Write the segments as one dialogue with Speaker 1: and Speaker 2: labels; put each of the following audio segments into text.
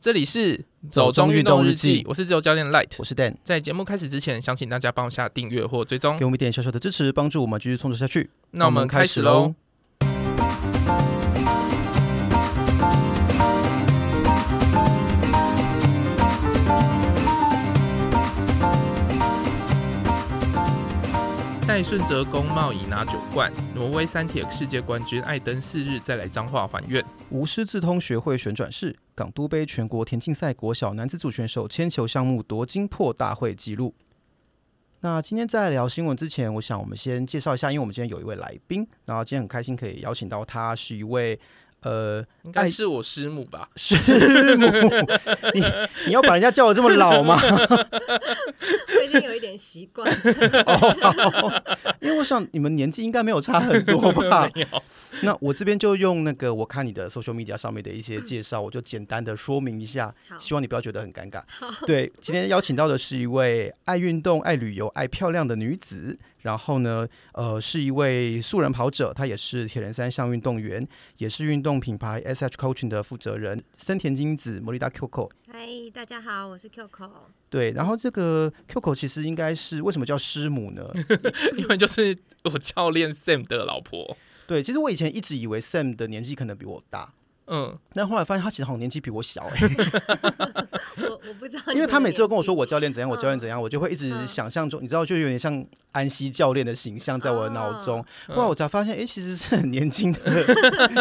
Speaker 1: 这里是
Speaker 2: 走中运动日记
Speaker 1: 我是自由教练 Light。
Speaker 2: 我是 Dan，
Speaker 1: 在节目开始之前，想请大家帮我下订阅或追踪
Speaker 2: 给。我们一点小小的支持，帮助我们继续创作下去。
Speaker 1: 那我们开始喽。。戴顺哲公贸已拿九冠，挪威三铁世界冠军艾登四日再来彰化还愿。
Speaker 2: 无师自通学会旋转式港都杯全国田径赛国小男子组选手铅球项目夺金破大会纪录。那今天在聊新闻之前，我想我们先介绍一下，因为我们今天有一位来宾，然后今天很开心可以邀请到他，是一位呃
Speaker 1: 应该
Speaker 2: 哎
Speaker 1: 是我师母 吧？
Speaker 2: 师母。你你要把人家叫的这么老吗？
Speaker 3: 我已经有一点习 惯。
Speaker 2: 因为我想你们年纪应该没有差很多吧？
Speaker 1: 没有。
Speaker 2: 那我这边就用那个我看你的 social media 上面的一些介绍，我就简单的说明一下，
Speaker 3: 好
Speaker 2: 希望你不要觉得很尴尬。对，今天邀请到的是一位爱运动、爱旅游、爱漂亮的女子，然后呢，呃，是一位素人跑者，她也是铁人三项运动员，也是运动品牌 SH Coaching 的负责人森田金子、莫丽达 QQ。
Speaker 3: 嗨，大家好，我是 Coco。
Speaker 2: 对，然后这个 QQ 其实应该是为什么叫师母呢？
Speaker 1: 因为就是我教练 Sam 的老婆。
Speaker 2: 对，其实我以前一直以为 Sam 的年纪可能比我大，
Speaker 1: 嗯，
Speaker 2: 但后来发现他其实好像年纪比我小、 欸，
Speaker 3: 我我不知道，
Speaker 2: 因为他每次都跟我说我教练怎样，我教练
Speaker 3: 嗯
Speaker 2: 怎样，我就会一直想象中，你知道，就有点像安西教练的形象在我的
Speaker 3: 嗯
Speaker 2: 脑中。后来我才发现，哎、其实是很年 轻的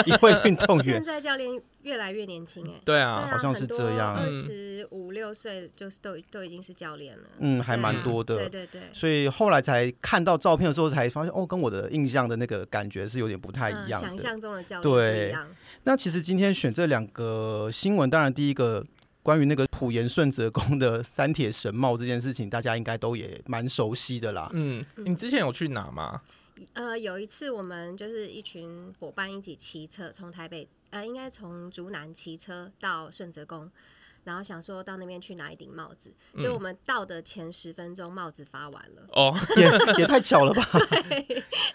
Speaker 2: 一位运动
Speaker 3: 现
Speaker 2: 员。
Speaker 3: 在教练越来越年轻哎、
Speaker 1: 对
Speaker 3: 对
Speaker 1: 啊，
Speaker 3: 啊
Speaker 2: 好像是这样
Speaker 3: 二十五六岁就是都都已经是教练了，
Speaker 2: 嗯，还蛮多
Speaker 3: 对啊
Speaker 2: 的。
Speaker 3: 对对，
Speaker 2: 所以后来才看到照片的时候，才发现哦，跟我的印象的那个感觉是有点不太一样
Speaker 3: 嗯想
Speaker 2: 的。
Speaker 3: 象中的教练
Speaker 2: 对
Speaker 3: 不一样。
Speaker 2: 那其实今天选这两个新闻，当然第一个关于那个浦沿顺泽宫的三铁神帽这件事情，大家应该都也蛮熟悉的
Speaker 3: 啊
Speaker 2: 啦。
Speaker 1: 嗯，你之前有去哪吗？
Speaker 3: 呃，有一次我们就是一群伙伴一起骑车，从台北呃，应该从竹南骑车到顺泽宫，然后想说到那边去拿一顶帽子，就我们到的前十分钟帽子发完了，
Speaker 1: 哦，
Speaker 2: 也也太巧了吧！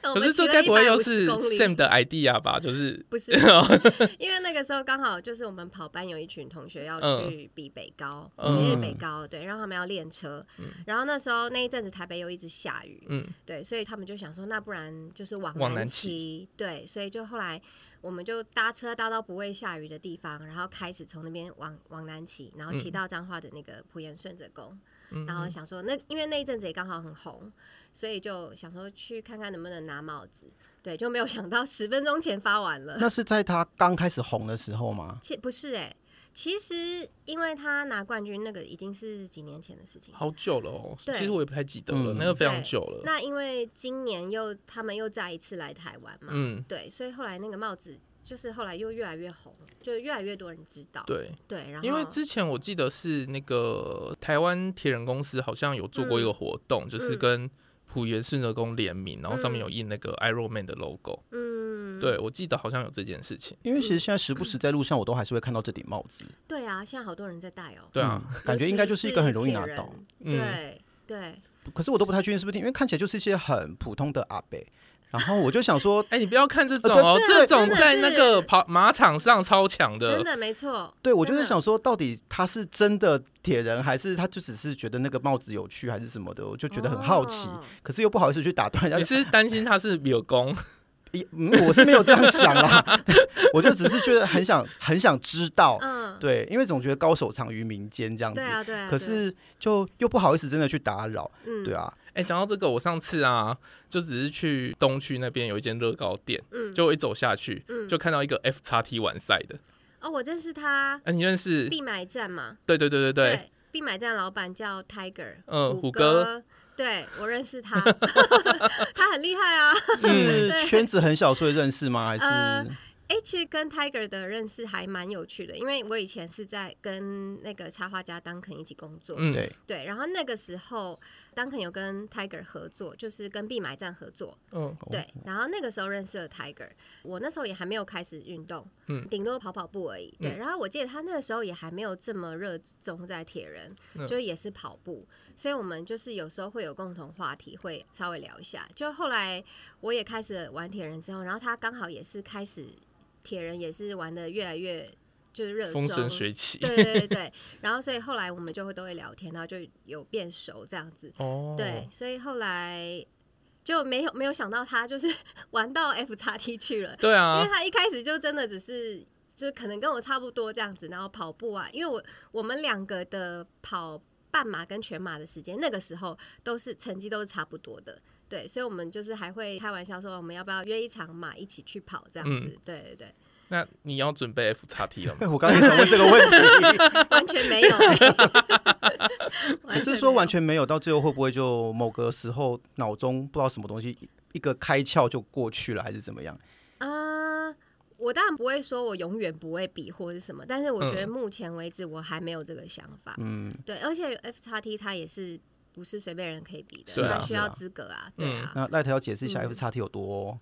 Speaker 3: 我
Speaker 1: 可
Speaker 3: 们
Speaker 1: 是
Speaker 3: 骑
Speaker 1: 这
Speaker 3: 了
Speaker 1: 该不会又
Speaker 3: 150
Speaker 1: 是哦
Speaker 3: 公里
Speaker 1: Sam 的 idea 吧？就是
Speaker 3: 不是， 因为那个时候刚好就是我们跑班有一群同学要去比北高，
Speaker 1: 嗯
Speaker 3: 一日北高，对，然后他们要练车，然后那时候那一阵子台北又一直下雨，
Speaker 1: 嗯
Speaker 3: 对，所以他们就想说，那不然就是往
Speaker 1: 往南
Speaker 3: 南骑，对，所以就后来我们就搭车搭到不会下雨的地方，然后开始从那边往往南骑，然后
Speaker 1: 嗯
Speaker 3: 骑到彰化的那个浦沿顺泽宫，
Speaker 2: 嗯
Speaker 3: 然后想说那因为那一阵子也刚好很红，所以就想说去看看能不能拿帽子。对，就没有想到十分钟前发完了。
Speaker 2: 那是在他刚开始红的时候吗？
Speaker 3: 其不是哎、其实因为他拿冠军那个已经是几年前的事情。
Speaker 1: 好久了哦，
Speaker 3: 对
Speaker 1: 其实我也不太记得了，
Speaker 2: 嗯
Speaker 1: 那个非常久了。
Speaker 3: 那因为今年又他们又再一次来台湾嘛，
Speaker 1: 嗯，
Speaker 3: 对，所以后来那个帽子就是后来又越来越红，就越来越多人知道。
Speaker 1: 对，
Speaker 3: 对，然后
Speaker 1: 因为之前我记得是那个台湾铁人公司好像有做
Speaker 3: 嗯
Speaker 1: 过一个活动，就是跟浦原顺德宫联名，然后上面有印那个 Iron Man 的 logo。
Speaker 3: 嗯，
Speaker 1: 对，我记得好像有这件事情。
Speaker 2: 因为其实现在时不时在路上我都还是会看到这顶帽子，
Speaker 3: 对啊，现在好多人在戴哦、
Speaker 1: 对啊，
Speaker 2: 嗯感觉应该就是一个很容易拿到
Speaker 3: 尤。其是铁人。
Speaker 1: 嗯，
Speaker 3: 对对，
Speaker 2: 可是我都不太确定是不是，因为看起来就是一些很普通的阿伯。然后我就
Speaker 1: ，
Speaker 2: 想说
Speaker 1: 哎，你不要看这种
Speaker 2: 呃对
Speaker 1: 哦，这
Speaker 2: 对
Speaker 1: 种
Speaker 3: 真的
Speaker 1: 在
Speaker 3: 是
Speaker 1: 那个跑马场上超强
Speaker 3: 真
Speaker 1: 的。
Speaker 3: 的没错。
Speaker 2: 对我就
Speaker 3: 真的
Speaker 2: 是想说，到底他是真的铁人，还是他就只是觉得那个帽子有趣，还是什么的？我就觉得很好奇，
Speaker 3: 哦
Speaker 2: 可是又不好意思去打断人
Speaker 1: 你
Speaker 2: 家。
Speaker 1: 是担心他是柳工？
Speaker 2: 也嗯，我是没有这样想啦， 我就只是觉得很想很想知道，
Speaker 3: 嗯，
Speaker 2: 对，因为总觉得高手藏于民间这样子
Speaker 3: 对，啊对啊。嗯
Speaker 2: 可
Speaker 3: 对啊
Speaker 2: 是就又不好意思真的去打扰，对啊，
Speaker 1: 哎、讲到这个，我上次啊，就只是去东区那边有一间乐高店，
Speaker 3: 嗯
Speaker 1: 就我一走下去，就看到一个 F 叉 T 完赛的，
Speaker 3: 哦，我认识他
Speaker 1: 哎、你认识？
Speaker 3: 必买站嘛，
Speaker 1: 对对对对对，
Speaker 3: 对，必买站老板叫 Tiger，
Speaker 1: 嗯虎
Speaker 3: 虎
Speaker 1: 哥
Speaker 3: 对我认识 他， 他很厉害啊。
Speaker 2: 是
Speaker 3: 对
Speaker 2: 圈子很小，所以认识吗？还是、
Speaker 3: 呃哎、其实跟 Tiger 的认识还蛮有趣的，因为我以前是在跟那个插画家当肯一起工作，
Speaker 1: 嗯，
Speaker 2: 对？
Speaker 3: 对，然后那个时候当肯有跟 Tiger 合作，就是跟必买站合作，
Speaker 1: 嗯，
Speaker 3: 对，然后那个时候认识了 Tiger，我那时候也还没有开始运动，
Speaker 1: 嗯
Speaker 3: 顶多跑跑步而已。对，
Speaker 1: 嗯
Speaker 3: 然后我记得他那个时候也还没有这么热衷在铁人，
Speaker 1: 嗯
Speaker 3: 就也是跑步，所以我们就是有时候会有共同话题，会稍微聊一下。就后来我也开始玩铁人之后，然后他刚好也是开始铁人，也是玩的越来越。就是热衷
Speaker 1: 风生水起。
Speaker 3: 对对对对，然后所以后来我们就会都会聊天，然后就有变熟这样子。
Speaker 1: 哦，
Speaker 3: 对，，所以后来就没有没有想到他就是 玩到 F 叉 T 去了，
Speaker 1: 对
Speaker 3: 因
Speaker 1: 啊
Speaker 3: 为，他一开始就真的只是就是可能跟我差不多这样子，然后跑步啊，因为我我们两个的跑半马跟全马的时间，那个时候都是成绩都是差不多的。对，所以我们就是还会开玩笑说，我们要不要约一场马一起去跑这样子？对对对，
Speaker 1: 那你要准备 F 叉 T 了吗？
Speaker 2: 我刚刚也想问这个 问题，
Speaker 3: 完全没有、欸。
Speaker 2: 可是说完全没有，到最后会不会就某个时候脑中不知道什么东西一一个开窍就过去了，还是怎么样？
Speaker 3: 啊、我当然不会说我永远不会比或是什么，但是我
Speaker 1: 嗯
Speaker 3: 觉得目前为止我还没有这个想法。
Speaker 2: 嗯，
Speaker 3: 对，而且 F 叉 T 它也是不是随便人可以比的，
Speaker 1: 是啊
Speaker 3: 它需要资格啊，对啊。
Speaker 2: 那赖特要解释一下
Speaker 3: 嗯
Speaker 2: F 叉 T 有多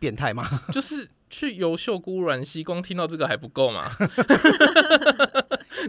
Speaker 2: 变态吗？
Speaker 1: 就是去游秀姑软溪，光听到这个还不够嘛？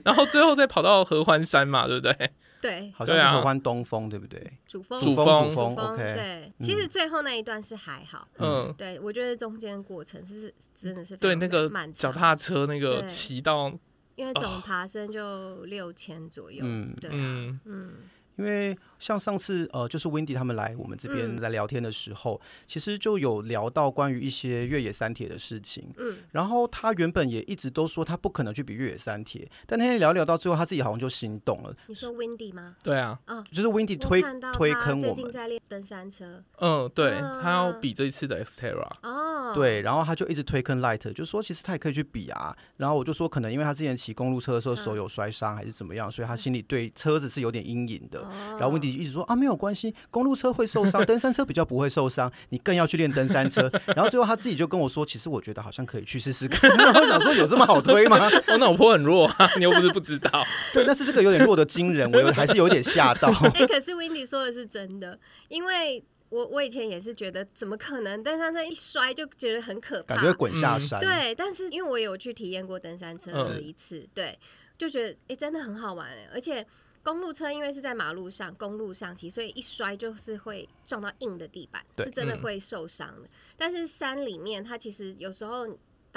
Speaker 1: 然后最后再跑到合欢山嘛，对不对？
Speaker 3: 对，
Speaker 2: 好像
Speaker 1: 对
Speaker 2: 是
Speaker 1: 啊
Speaker 2: 合欢东风，对不对？
Speaker 3: 主峰，
Speaker 1: 主
Speaker 2: 峰
Speaker 1: 峰
Speaker 2: 主
Speaker 3: 主
Speaker 2: 峰，OK，
Speaker 3: 对，其实最后那一段是还好，
Speaker 1: 嗯，
Speaker 3: 对我觉得中间过程是真的是非
Speaker 1: 对，
Speaker 3: 常
Speaker 1: 那个
Speaker 3: 漫
Speaker 1: 脚
Speaker 3: 长，
Speaker 1: 踏车那个
Speaker 3: 对啊
Speaker 1: 骑到，
Speaker 3: 因为总爬升就六千左右，
Speaker 2: 嗯
Speaker 3: 对啊，
Speaker 1: 嗯，
Speaker 3: 嗯，
Speaker 2: 因为像上次呃，就是 Wendy 他们来我们这边
Speaker 3: 嗯
Speaker 2: 在聊天的时候，其实就有聊到关于一些越野三铁的事情。
Speaker 3: 嗯，
Speaker 2: 然后他原本也一直都说他不可能去比越野三铁，但那天聊聊到最后，他自己好像就心动了，
Speaker 3: 你说 Windy 吗？
Speaker 1: 对啊，
Speaker 2: 就是 Wendy
Speaker 3: 我
Speaker 2: 推
Speaker 3: 看到
Speaker 2: 推
Speaker 3: 他
Speaker 2: 坑
Speaker 3: 最
Speaker 2: 我
Speaker 3: 近
Speaker 2: 们，
Speaker 3: 在练登山车
Speaker 1: 嗯，对，
Speaker 3: 啊
Speaker 1: 他要比这一次的 Xterra，
Speaker 3: 哦，
Speaker 2: 对，然后他就一直推坑 Light，就说其实他也可以去比啊。然后我就说可能因为他之前骑公路车的时候
Speaker 3: 嗯
Speaker 2: 手有摔伤还是怎么样，所以他心里对车子是有点阴影的。
Speaker 3: 嗯
Speaker 2: 然
Speaker 3: 哦
Speaker 2: 后 Wendy 一直说啊没有关系，公路车会受伤，登山车比较不会受伤，你更要去练登山车。然后最后他自己就跟我说，其实我觉得好像可以去试试看。 然后我想说有这么好推吗？
Speaker 1: 我脑波很弱啊， 你又不是不知 道，
Speaker 2: 对，但是这个有点弱的惊人，我有还是有点吓到。
Speaker 3: 哎、可是 Windy 说的是真的，因为我我以前也是觉得怎么可能登山车一摔就觉得很可怕，
Speaker 2: 感觉会滚下
Speaker 1: 嗯
Speaker 2: 山，
Speaker 3: 对，但是因为我有去体验过登山车
Speaker 1: 嗯
Speaker 3: 有一次，对，就觉得哎、诶真的很好玩、诶而且公路车因为是在马路上、公路上骑，所以一摔就是会撞到硬的地板，
Speaker 2: 对
Speaker 3: 是真的
Speaker 1: 嗯
Speaker 3: 会受伤的。但是山里面它其实有时候。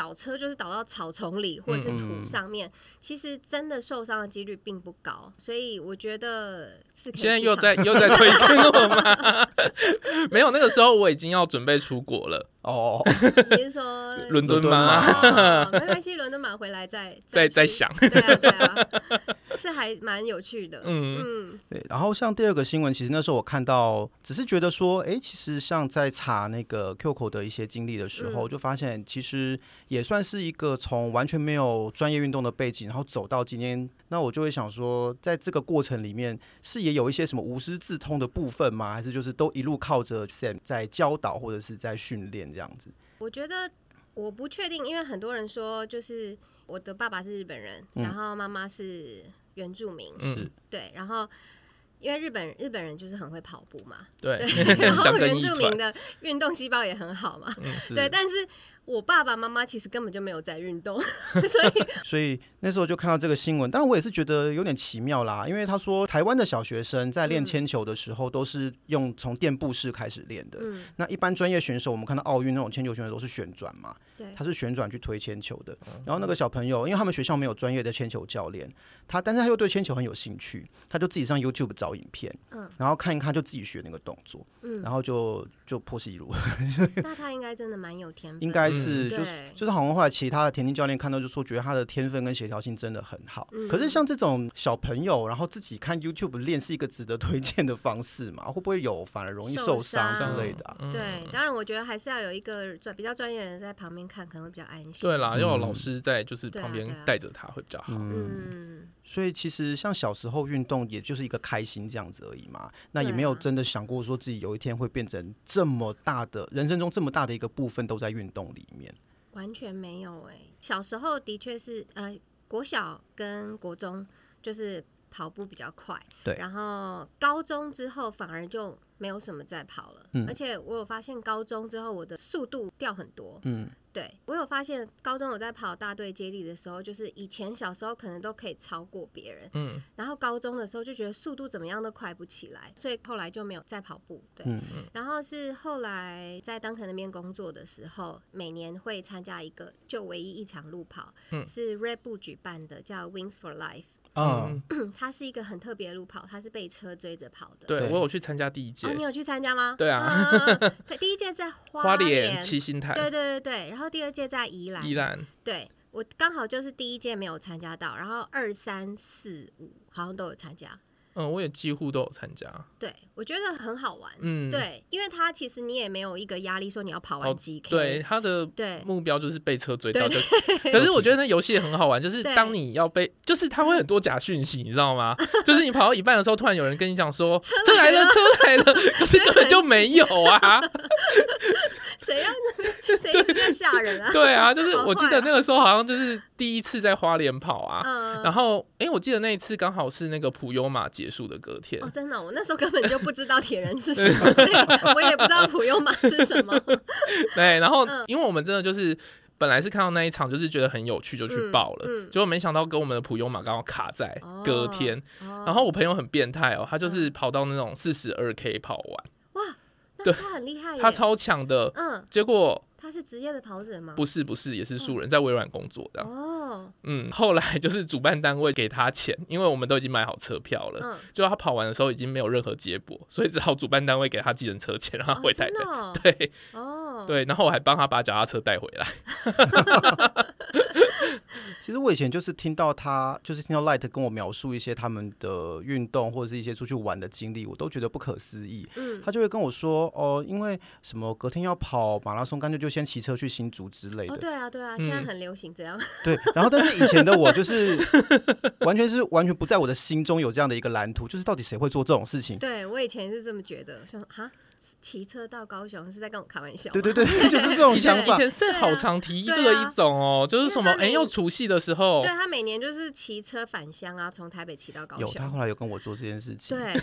Speaker 3: 倒车就是倒到草丛里或者是
Speaker 2: 嗯
Speaker 3: 土上面，其实真的受伤的几率并不高，所以我觉得是可以去尝试。
Speaker 1: 现在又在又在推坑我吗？ 没有，那个时候我已经要准备出国了，
Speaker 2: 哦，
Speaker 3: 你是说
Speaker 1: 伦敦
Speaker 2: 敦
Speaker 1: 吗？
Speaker 2: 马
Speaker 3: 哦没关系，伦敦马回来再
Speaker 1: 在
Speaker 3: 去
Speaker 1: 在想，
Speaker 3: 对啊，对啊， 是还蛮有趣的。
Speaker 1: 嗯，
Speaker 3: 嗯
Speaker 2: 对，然后像第二个新闻，其实那时候我看到，只是觉得说，哎，其实像在查那个 QCO 的一些经历的时候，
Speaker 3: 嗯
Speaker 2: 就发现其实也算是一个从完全没有专业运动的背景，然后走到今天，那我就会想说，在这个过程里面，是也有一些什么无师自通的部分吗？还是就是都一路靠着 Sam 在教导或者是在训练这样子？
Speaker 3: 我觉得我不确定，因为很多人说，就是我的爸爸是日本人，
Speaker 2: 嗯
Speaker 3: 然后妈妈是原住民，
Speaker 1: 嗯，
Speaker 3: 对，然后。因为日本日本人就是很会跑步嘛，
Speaker 1: 对，
Speaker 3: 然 后
Speaker 1: 想跟
Speaker 3: 原
Speaker 1: 遗
Speaker 3: 住
Speaker 1: 传嗯
Speaker 3: 民，的运动细胞也很好嘛，
Speaker 2: 是
Speaker 3: 对。但是我爸爸妈妈其实根本就没有在运动， 所以
Speaker 2: 所以那时候就看到这个新闻，但我也是觉得有点奇妙啦，因为他说台湾的小学生在
Speaker 3: 嗯
Speaker 2: 练铅球的时候都是用从垫步式开始练的。
Speaker 3: 嗯
Speaker 2: 那一般专业选手，我们看到奥运那种铅球选手都是旋转嘛，
Speaker 3: 对
Speaker 2: 他是旋转去推铅球的。然后那个小朋友，因为他们学校没有专业的铅球教练，他但是他又对铅球很有兴趣，他就自己上 YouTube 找影片，
Speaker 3: 嗯
Speaker 2: 然后看一看就自己学那个动作，然后就就破纪录，
Speaker 3: 那他应该真的蛮有天分的，
Speaker 2: 应该是
Speaker 3: 嗯
Speaker 2: 就是
Speaker 3: 对
Speaker 2: 就是好像后来其他的田径教练看到就说，觉得他的天分跟协调性真的很好。可
Speaker 3: 嗯
Speaker 2: 是像这种小朋友，然后自己看 YouTube 练是一个值得推荐的方式嘛？会不会有反而容易受伤
Speaker 3: 受伤
Speaker 2: 之类的、啊？
Speaker 1: 嗯
Speaker 3: 对，当然我觉得还是要有一个专比较专业的人在旁边看，可能会比较安心。
Speaker 1: 对啦，要有老师在，就是
Speaker 3: 对啊
Speaker 1: 旁
Speaker 3: 对
Speaker 1: 边
Speaker 3: 啊
Speaker 1: 带着他会比较好。
Speaker 3: 嗯，
Speaker 2: 所以其实像小时候运动，也就是一个开心这样子而已嘛。那也
Speaker 3: 对啊
Speaker 2: 没有真的想过说自己有一天会变成这么大的人生中这么大的一个部分都在运动里面。
Speaker 3: 完全没有哎、小时候的确是呃，国小跟国中就是跑步比较快，
Speaker 2: 对
Speaker 3: 然后高中之后反而就没有什么再跑了，
Speaker 2: 嗯
Speaker 3: 而且我有发现高中之后我的速度掉很多，
Speaker 2: 嗯，
Speaker 3: 对我有发现，高中我在跑大队接力的时候，就是以前小时候可能都可以超过别人，
Speaker 1: 嗯，
Speaker 3: 然后高中的时候就觉得速度怎么样都快不起来，所以后来就没有再跑步。对，
Speaker 2: 嗯
Speaker 3: 然后是后来在当肯那边工作的时候，每年会参加一个就唯一一场路跑，
Speaker 1: 嗯
Speaker 3: 是 Red Bull 举办的，叫 Wings for Life。
Speaker 2: 啊，
Speaker 3: 嗯它是一个很特别的路跑，它是被车追着跑的。
Speaker 1: 对
Speaker 2: 对
Speaker 1: 我有去参加第一届
Speaker 3: 哦，，你有去参加吗？
Speaker 1: 对啊
Speaker 3: 啊，对第一届在花
Speaker 1: 花莲
Speaker 3: 莲，
Speaker 1: 七星台
Speaker 3: 对对对对，然后第二届在宜兰
Speaker 1: 依，然
Speaker 3: 对我刚好就是第一届没有参加到，然后二三四五好像都有参加，
Speaker 1: 嗯，我也几乎都有参加，
Speaker 3: 对我觉得很好玩，
Speaker 1: 嗯，
Speaker 3: 对，因为它其实你也没有一个压力说你要跑
Speaker 1: 哦
Speaker 3: 完几 K，、
Speaker 1: 对，他的
Speaker 3: 对
Speaker 1: 目标就是被车追到就。 可是我觉得那游戏也很好玩，就是
Speaker 3: 对
Speaker 1: 当你要被，就是它会很多假讯息，你知道 吗？就是你跑到一半的时候，突然有人跟你讲说车来了，车来了， 可是根本就没有啊。
Speaker 3: 谁要谁一直在吓人啊？
Speaker 1: 对啊，就是
Speaker 3: 好
Speaker 1: 我记
Speaker 3: 坏
Speaker 1: 得
Speaker 3: 啊
Speaker 1: 那个时候好像就是第一次在花莲跑啊。
Speaker 3: 嗯，
Speaker 1: 然后，诶，我记得那一次刚好是那个普悠玛结束的隔天
Speaker 3: 哦，，真的哦、我那时候根本就不知道铁人是什么，所以我也不知道普悠玛是什么。
Speaker 1: 对，然后
Speaker 3: 嗯
Speaker 1: 因为我们真的就是本来是看到那一场，就是觉得很有趣，就去
Speaker 3: 嗯
Speaker 1: 报了，
Speaker 3: 嗯
Speaker 1: 结果没想到跟我们的普悠玛刚好卡在隔
Speaker 3: 哦
Speaker 1: 天，然
Speaker 3: 然
Speaker 1: 后我朋友很变态哦，他就是跑到那种四十二 K 跑完，
Speaker 3: 哇，那
Speaker 1: 对
Speaker 3: 他很厉害耶，
Speaker 1: 他超强的，
Speaker 3: 嗯，
Speaker 1: 结果
Speaker 3: 他是职业的跑者吗？
Speaker 1: 不是不是，也是素人，在微软工作的。
Speaker 3: 嗯哦，
Speaker 1: 嗯，后来就是主办单位给他钱，因为我们都已经买好车票了，
Speaker 3: 嗯，
Speaker 1: 就他跑完的时候已经没有任何接驳，所以只好主办单位给他计程车钱，让他
Speaker 3: 哦
Speaker 1: 回台
Speaker 3: 真
Speaker 1: 北。
Speaker 3: 的哦
Speaker 1: 对
Speaker 3: 哦，
Speaker 1: 对，然后我还帮他把脚踏车带回来。
Speaker 2: 其实我以前就是听到他，就是听到 Light 跟我描述一些他们的运动或者是一些出去玩的经历，我都觉得不可思议。
Speaker 3: 嗯，
Speaker 2: 他就会跟我说，哦，因为什么隔天要跑马拉松，干脆就先骑车去新竹之类
Speaker 3: 哦，
Speaker 2: 的。
Speaker 3: 对啊，对啊，现在
Speaker 1: 嗯
Speaker 3: 很流行这样，
Speaker 2: 对，然后但是以前的我就是完全是完全不在我的心中有这样的一个蓝图，就是到底谁会做这种事情？
Speaker 3: 对我以前是这么觉得，想说哈，骑车到高雄是在跟我开玩笑吗，
Speaker 2: 对对对， 就是这
Speaker 3: 哦
Speaker 2: 种
Speaker 1: 以前
Speaker 2: 想
Speaker 1: 以
Speaker 2: 法。
Speaker 1: 前是好常提这个一种哦，就是什么
Speaker 3: 啊因为他
Speaker 1: 哎，
Speaker 3: 每
Speaker 1: 要除夕的时候
Speaker 3: 对，，他啊每年就是骑车返乡啊，从台北骑到高
Speaker 2: 有他
Speaker 3: 雄，
Speaker 2: 后来有跟我做这件事情，
Speaker 3: 对，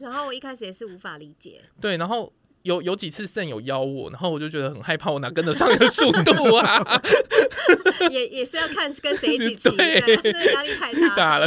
Speaker 3: 然后我一开始也是无法理解，
Speaker 1: 对，然后有有几次肾有邀我，然后我就觉得很害怕，我哪跟得上你的速度啊？
Speaker 3: 也也是要看跟谁一起骑，
Speaker 1: 对
Speaker 3: 对啊，这个压力太大，
Speaker 1: 打了，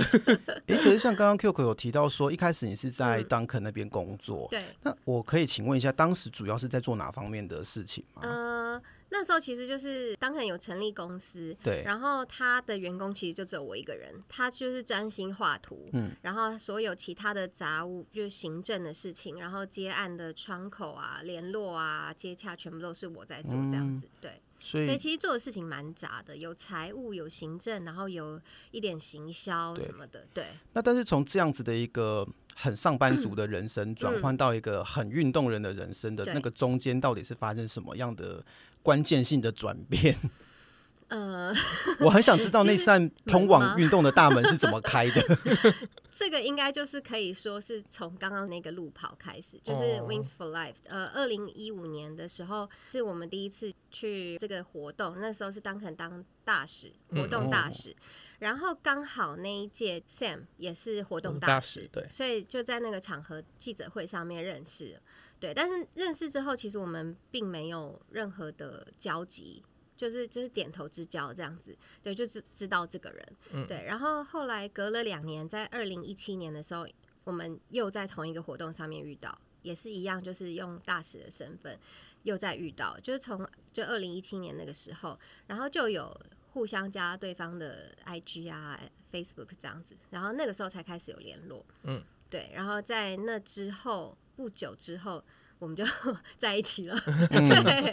Speaker 2: 诶，可是像刚刚 Q 口有提到说，一开始你是在
Speaker 3: 嗯
Speaker 2: Duncan 那边工作，
Speaker 3: 对，
Speaker 2: 那我可以请问一下，当时主要是在做哪方面的事情吗？
Speaker 3: 呃，那时候其实就是当肯有成立公司，
Speaker 2: 对，
Speaker 3: 然后他的员工其实就只有我一个人，他就是专心画图，
Speaker 2: 嗯
Speaker 3: 然后所有其他的杂物就是行政的事情，然后接案的窗口啊、联络啊、接洽，全部都是我在做这样子，对，
Speaker 2: 所
Speaker 3: 所以
Speaker 2: 以
Speaker 3: 其实做的事情蛮杂的，有财务、有行政，然后有一点行销
Speaker 2: 对
Speaker 3: 什么的，对，
Speaker 2: 那但是从这样子的一个很上班族的人生，转换到一个很运动人的人生的
Speaker 3: 嗯对
Speaker 2: 那个中间，到底是发生什么样的关键性的转 变？
Speaker 3: 呃，
Speaker 2: 我很想知道那扇通
Speaker 3: 门
Speaker 2: 往
Speaker 3: 吗
Speaker 2: 运动的大门是怎么开 的。
Speaker 3: 这个应该就是可以说是从刚刚那个路跑开始，就是
Speaker 1: 哦
Speaker 3: Wings for Life。呃，二零一五年的时候是我们第一次去这个活动，那时候是当肯当大使，
Speaker 1: 嗯
Speaker 3: 活动大使。然后刚好那一届 Sam 也是活动大使，
Speaker 1: 活动大使对
Speaker 3: 所以就在那个场合记者会上面认识了。对，但是认识之后，其实我们并没有任何的交集，就是就是点头之交这样子。对，就知知道这个人。
Speaker 1: 嗯
Speaker 3: 对，然后后来隔了两年，在二零一七年的时候，我们又在同一个活动上面遇到，也是一样，就是用大使的身份又在遇到，就是从就二零一七年那个时候，然后就有互相加对方的 IG 啊、Facebook 这样子，然后那个时候才开始有联络。
Speaker 1: 嗯，
Speaker 3: 对，然后在那之后不久之后。我们就在一起 了。对，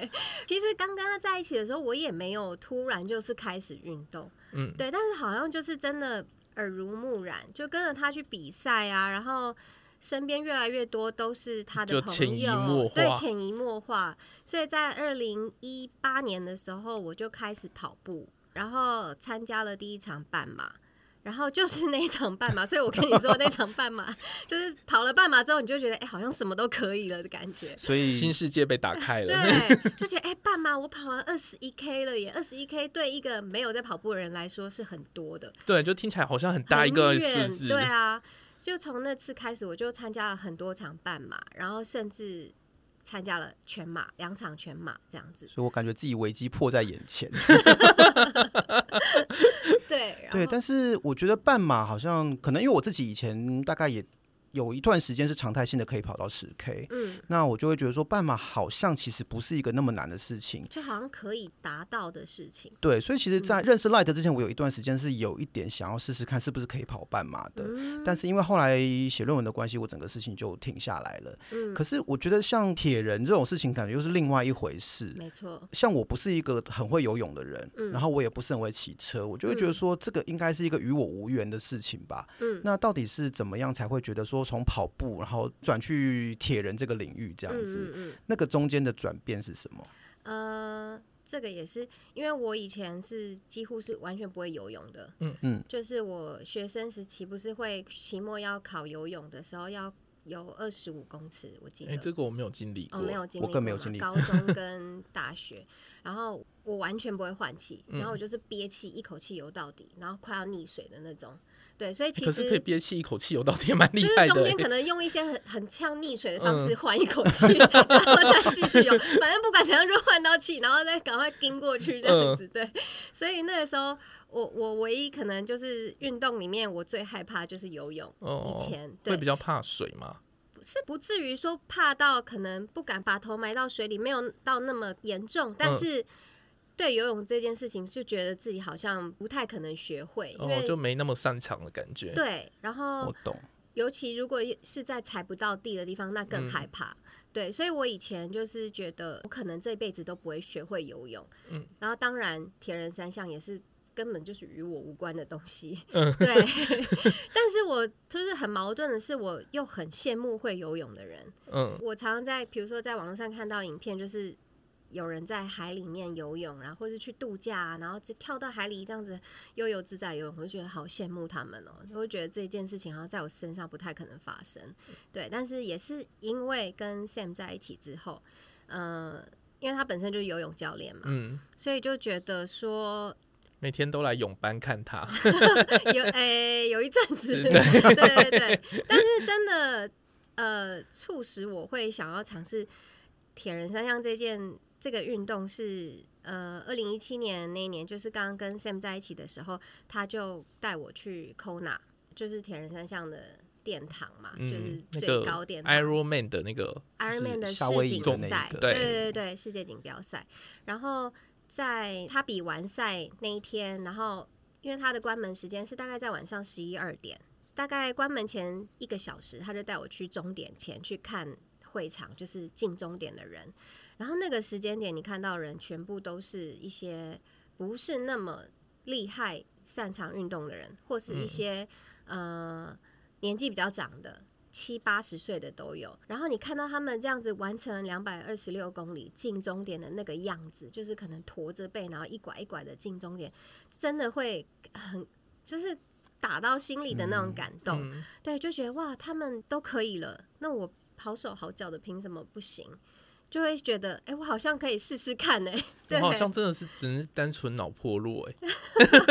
Speaker 1: 嗯
Speaker 3: 其实刚跟他在一起的时候，我也没有突然就是开始运动，
Speaker 1: 嗯，
Speaker 3: 对，但是好像就是真的耳濡目染，就跟着他去比赛啊，然后身边越来越多都是他
Speaker 1: 就
Speaker 3: 的朋
Speaker 1: 潜移默
Speaker 3: 友，
Speaker 1: 化
Speaker 3: 对，潜移默化。所以在二零一八年的时候，我就开始跑步，然后参加了第一场半马。然后就是 那一场半马，所以我跟你说，那场半马就是跑了半马之后，你就觉得哎、好像什么都可以了的感觉。
Speaker 2: 所
Speaker 1: 新
Speaker 2: 以
Speaker 1: 世界被打开了，
Speaker 3: 对，就觉得哎、半马我跑完二十一 K 了耶，二十一 K 对一个没有在跑步的人来说是很多的，
Speaker 1: 对，就听起来好像很大一个
Speaker 3: 很
Speaker 1: 数
Speaker 3: 远
Speaker 1: 字，
Speaker 3: 对啊啊，就从那次开始，我就参加了很多场半马，然后甚至参加了全马两场全马这样 子。
Speaker 2: 所以我感觉自己危机迫在眼前。
Speaker 3: 对，然
Speaker 2: 对，
Speaker 3: 后
Speaker 2: 但是我觉得半马好像可能因为我自己以前大概也有一段时间是常态性的可以跑到十 K，
Speaker 3: 嗯，
Speaker 2: 那我就会觉得说半马好像其实不是一个那么难的事情。
Speaker 3: 就好像可以达到的事情。
Speaker 2: 对，所以其实，在认识 Light 之前，我有一段时间是有一点想要试试看是不是可以跑半马的，但是因为后来写论文的关系，我整个事情就停下来了。可是我觉得像铁人这种事情，感觉又是另外一回事。
Speaker 3: 没错，
Speaker 2: 像我不是一个很会游泳的人，然后我也不是很会骑车，我就会觉得说这个应该是一个与我无缘的事情吧。嗯，那到底是怎么样才会觉得说从跑步然后转去铁人这个领域这样子？那个中间的转变是什么？
Speaker 3: 呃，这个也是因为我以前是几乎是完全不会游泳的，嗯
Speaker 2: 嗯，
Speaker 3: 就是我学生时期不是会期末要考游泳的时候要游二十五公尺，我记
Speaker 1: 哎、
Speaker 3: 得，
Speaker 1: 这个我没有经历
Speaker 3: 哦，
Speaker 1: 过，
Speaker 3: 没有经历过嘛，
Speaker 2: 我更没有经历过
Speaker 3: 高 中跟大学，然后我完全不会换气，然
Speaker 1: 嗯
Speaker 3: 后我就是憋气，一口气游到底，然后快要溺水的那种。对，所以其
Speaker 1: 可是可以
Speaker 3: 实
Speaker 1: 憋气一口气游到天，蛮厉
Speaker 3: 就是
Speaker 1: 害
Speaker 3: 中
Speaker 1: 的、嗯
Speaker 3: 间可
Speaker 1: 欸。
Speaker 3: 能用一些很很像溺水的方式换一口 气，然后再继续游。反正不管怎样就换到气，然后再赶快盯过去这
Speaker 1: 嗯
Speaker 3: 样子。对，所以那个时候我我唯一可能就是运动里面我最害怕就是游泳。
Speaker 1: 哦
Speaker 3: 以前对
Speaker 1: 会比较怕水嘛？
Speaker 3: 是不至于说怕到可能不敢把头埋到水里，没有到那么严重，
Speaker 1: 嗯
Speaker 3: 但是。对游泳这件事情，就觉得自己好像不太可能学会，因
Speaker 1: 哦，
Speaker 3: 为、
Speaker 1: 就没那么擅长的感觉。
Speaker 3: 对，然后
Speaker 2: 我懂。
Speaker 3: 尤其如果是在踩不到地的地方，那更害怕。对，所以我以前就是觉得我可能这辈子都不会学会游泳。嗯，然后当然铁人三项也是根本就是与我无关的东西。嗯， 对。但是我就是很矛盾的是，我又很羡慕会游泳的人。
Speaker 1: 嗯，
Speaker 3: 我常常在，比如说在网络上看到影片，就是有人在海里面游泳，然后或是去度假、啊，然后就跳到海里这样子悠游自在游泳，我就觉得好羡慕他们哦、就会觉得这件事情好像在我身上不太可能发生。对，但是也是因为跟 Sam 在一起之后，呃，因为他本身就是游泳教练嘛，
Speaker 1: 嗯，
Speaker 3: 所以就觉得说
Speaker 1: 每天都来泳班看他。
Speaker 3: 有诶、有一阵子，
Speaker 1: 是
Speaker 3: 对对对对，但是真的呃，促使我会想要尝试铁人三项这件这个运动是呃，二零一七年那一年，就是刚刚跟 Sam 在一起的时候，他就带我去 Kona，就是铁人三项的殿堂嘛，就
Speaker 1: 嗯，
Speaker 3: 是
Speaker 1: 那
Speaker 3: 最
Speaker 1: 个
Speaker 3: 高殿堂。
Speaker 1: Iron Man 的那个，
Speaker 3: Iron Man 的
Speaker 2: 是
Speaker 3: 世
Speaker 2: 夏威夷
Speaker 3: 锦
Speaker 1: 的那
Speaker 3: 赛，
Speaker 2: 一个
Speaker 3: 对
Speaker 1: 对
Speaker 3: 对对，世界锦标赛。然后在他比完赛那一天，然后因为他的关门时间是大概在晚上十一二点，大概关门前一个小时，他就带我去终点前去看会场，就是进终点的人。然后那个时间点，你看到人全部都是一些不是那么厉害、擅长运动的人，或是一些、呃年纪比较长的，七八十岁的都有。然后你看到他们这样子完成两百二十六公里进终点的那个样子，就是可能驼着背，然后一拐一拐的进终点，真的会很就是打到心里的那种感动。
Speaker 1: 嗯，
Speaker 3: 对，就觉得哇，他们都可以了，那我好手好脚的凭什么不行？就会觉得，哎、我好像可以试试看哎呢、对，
Speaker 1: 我好 像真的是只能是单纯脑破落哎、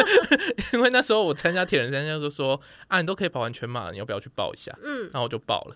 Speaker 1: 因为那时候我参加铁人三项就说啊，你都可以跑完全马了，你要不要去报一下？嗯，然后我就报了。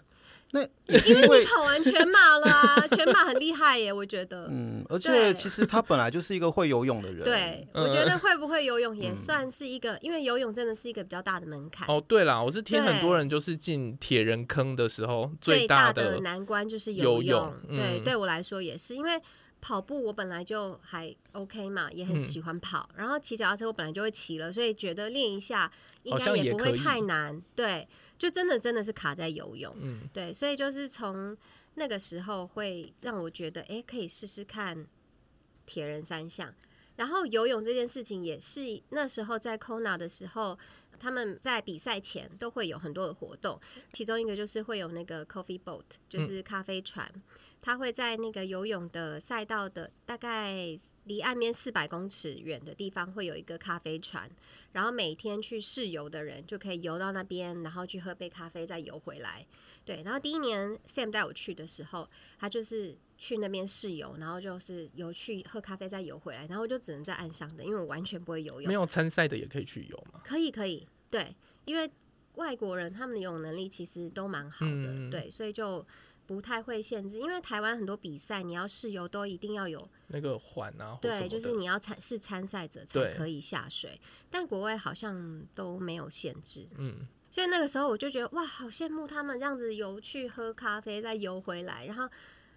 Speaker 2: 那也是 因为
Speaker 3: 你跑完全马了啊，全马很厉害耶、我觉得。
Speaker 2: 嗯，而且
Speaker 3: 对
Speaker 2: 其实他本来就是一个会游泳的 人，
Speaker 3: 对，我觉得会不会游泳
Speaker 2: 嗯
Speaker 3: 也算是一个，因为游泳真的是一个比较大的门槛。
Speaker 1: 哦，对啦，我是听很多
Speaker 3: 对
Speaker 1: 人就是进铁人坑的时候
Speaker 3: 最
Speaker 1: 大
Speaker 3: 的
Speaker 1: 的
Speaker 3: 难关就是
Speaker 1: 游
Speaker 3: 泳。
Speaker 1: 泳
Speaker 3: 对，
Speaker 1: 嗯
Speaker 3: 对我来说也是，因为跑步我本来就还 OK 嘛，也
Speaker 1: 嗯
Speaker 3: 很喜欢跑。然后骑脚踏车我本来就会骑了，所以觉得练一下应
Speaker 1: 好
Speaker 3: 该
Speaker 1: 像也
Speaker 3: 不
Speaker 1: 可
Speaker 3: 会
Speaker 1: 以
Speaker 3: 太难。对，就真的真的是卡在游泳。
Speaker 1: 嗯
Speaker 3: 对，所以就是从那个时候会让我觉得，哎、可以试试看铁人三项。然后游泳这件事情也是那时候在 Kona 的时候，他们在比赛前都会有很多的活动，其中一个就是会有那个 coffee boat，就是咖啡船，它会在那个游泳的赛道的大概离岸边四百公尺远的地方会有一个咖啡船，然后每天去试游的人就可以游到那边，然后去喝杯咖啡，再游回来。对，然后第一年 Sam 带我去的时候，他就是去那边试游，然后就是游去喝咖啡，再游回来，然后我就只能在岸上等，因为我完全不会游泳
Speaker 1: 没。有参赛的也可以去游嘛。
Speaker 3: 可以可以，对，因为外国人他们的游泳能力其实都蛮好的，
Speaker 1: 嗯
Speaker 3: 对，所以就不太会限制，因为台湾很多比赛，你要试游都一定要有
Speaker 1: 那个环啊，或什么
Speaker 3: 对，
Speaker 1: 的
Speaker 3: 就是你要参是参赛者才
Speaker 1: 对
Speaker 3: 可以下水，但国外好像都没有限制，
Speaker 1: 嗯，
Speaker 3: 所以那个时候我就觉得哇，好羡慕他们这样子游去喝咖啡，再游回来，然后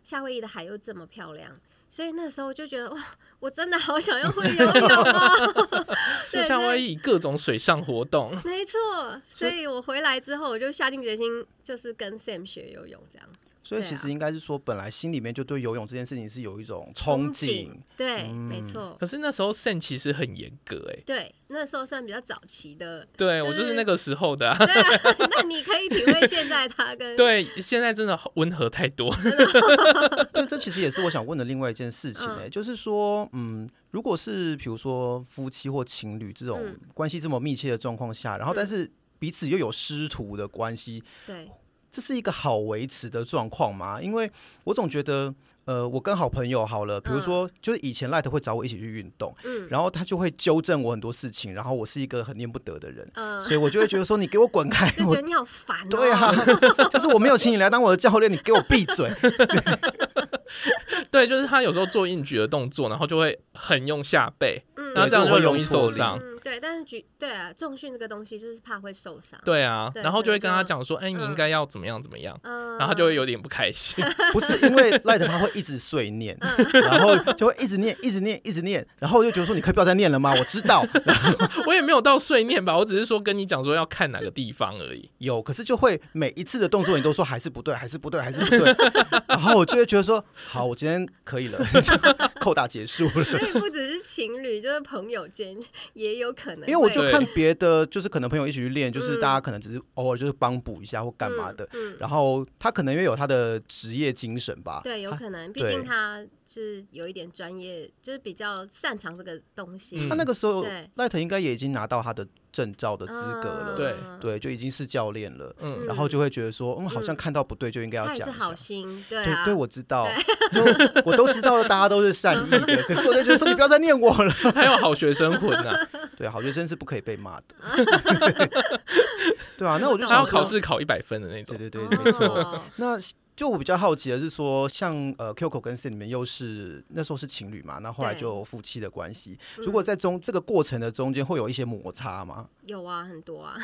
Speaker 3: 夏威夷的海又这么漂亮。所以那时候就觉得哇，我真的好想要会游泳哦！
Speaker 1: 就
Speaker 3: 对
Speaker 1: 夏
Speaker 3: 所以
Speaker 1: 威夷各种水上活动，
Speaker 3: 没错，所以我回来之后，我就下定决心，就是跟 Sam 学游泳这样。
Speaker 2: 所以
Speaker 3: 对啊
Speaker 2: 其实应该是说，本来心里面就对游泳这件事情是有一种憧憬，，
Speaker 3: 对，没错，
Speaker 1: 可是那时候 Sen 其实很严格哎、
Speaker 3: 对，那时候算比较早期的。
Speaker 1: 对
Speaker 3: 就是
Speaker 1: 我就是那个时候的、啊。
Speaker 3: 对啊， 那你可以体会现在他跟
Speaker 1: 对，现在真的好温和太多。
Speaker 2: 对，这其实也是我想问的另外一件事情
Speaker 3: 嗯
Speaker 2: 诶、就是说，嗯，如果是比如说夫妻或情侣这种
Speaker 3: 嗯
Speaker 2: 关系这么密切的状况下，然后但
Speaker 3: 嗯
Speaker 2: 是彼此又有师徒的关系，
Speaker 3: 对
Speaker 2: 这是一个好维持的状况吗？因为我总觉得，呃，我跟好朋友好了，比如说，就是以前赖特会找我一起去运动，
Speaker 3: 嗯
Speaker 2: 然后他就会纠正我很多事情，然后我是一个很念不得的人，
Speaker 3: 嗯
Speaker 2: 所以我就会觉得说，你给我滚开，
Speaker 3: 就觉
Speaker 2: 我
Speaker 3: 得你好烦哦。
Speaker 2: 对啊，就是我没有请你来当我的教练，你给我闭嘴。
Speaker 1: 对，就是他有时候做硬举的动作，然后就会很用下背，
Speaker 3: 嗯
Speaker 1: 那这样就会容易
Speaker 2: 对这个我
Speaker 1: 受
Speaker 2: 有
Speaker 1: 伤。
Speaker 3: 嗯，对，但是举对啊，重训这个东西就是怕会受伤。，
Speaker 1: 对啊，
Speaker 3: 对
Speaker 1: 然后就会跟他
Speaker 3: 所以就
Speaker 1: 讲说：“哎，你应该要怎么样怎么样。”
Speaker 3: 嗯，
Speaker 1: 然后他就会有点不开 心。
Speaker 2: 不是因为赖着他会一直碎念，
Speaker 3: 嗯
Speaker 2: 然后就会一直念，一直念，一直念，然后我就觉得说你可以不要再念了吗？我知道
Speaker 1: 我也没有到碎念吧，我只是说跟你讲说要看哪个地方而已。
Speaker 2: 有，可是就会每一次的动作你都说还是不对，还是不对，还是不对， 然后我就会觉得说好，我今天可以了， 扣打结束了。
Speaker 3: 所以不只是情侣，就是朋友间也有可能会。
Speaker 2: 因为我就
Speaker 1: 对
Speaker 2: 看别的，就是可能朋友一起去练，就是
Speaker 3: 嗯
Speaker 2: 大家可能只是偶尔就是帮补一下或干嘛的，
Speaker 3: 嗯，嗯
Speaker 2: 然后他可能因为有他的职业精神吧，
Speaker 3: 对，有
Speaker 2: 他
Speaker 3: 可能，毕
Speaker 2: 对
Speaker 3: 竟他就是有一点专业，就是比较擅长这个东西
Speaker 1: 嗯
Speaker 2: 他。那个时候
Speaker 3: 对
Speaker 2: 赖特应该也已经拿到他的证照的资格了，
Speaker 1: 对
Speaker 3: 嗯
Speaker 2: 对，就已经是教练了。
Speaker 1: 嗯，
Speaker 2: 然后就会觉得说，嗯，好像看到不对就应该要
Speaker 3: 他
Speaker 2: 讲
Speaker 3: 也是
Speaker 2: 一下
Speaker 3: 好。心，对
Speaker 2: 对
Speaker 3: 啊，
Speaker 2: 对，我知道， 就我都知道大家都是善意的，可是我就觉得说你不要再念我了。
Speaker 3: 嗯
Speaker 1: 还有好学生混 啊，
Speaker 2: 对，好学生是不可以被骂的。 对啊，那我就
Speaker 1: 他要
Speaker 2: 想
Speaker 1: 考
Speaker 2: 说，
Speaker 1: 试考一百分的那
Speaker 2: 对
Speaker 1: 种。
Speaker 2: 对对，没错。
Speaker 3: 哦
Speaker 2: 那就我比较好奇的是说，像呃 Qco 跟 C 你们又是那时候是情侣嘛，那后来
Speaker 3: 对嗯
Speaker 2: 就有夫妻的关系。如果在中这个过程的中间会有一些摩擦吗？
Speaker 3: 有啊，很多啊。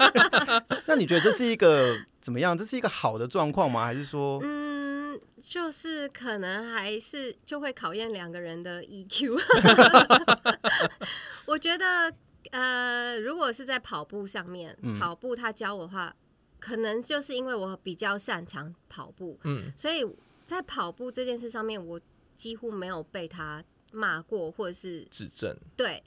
Speaker 2: 那你觉得这是一个怎么样？这是一个好的状况吗？还是说，
Speaker 3: 嗯，就是可能还是就会考验两个人的 EQ。我觉得，呃，如果是在跑步上面，
Speaker 2: 嗯
Speaker 3: 跑步他教我的话，可能就是因为我比较擅长跑步，
Speaker 1: 嗯，
Speaker 3: 所以在跑步这件事上面，我几乎没有被他骂过，或者是
Speaker 1: 指正。
Speaker 3: 对，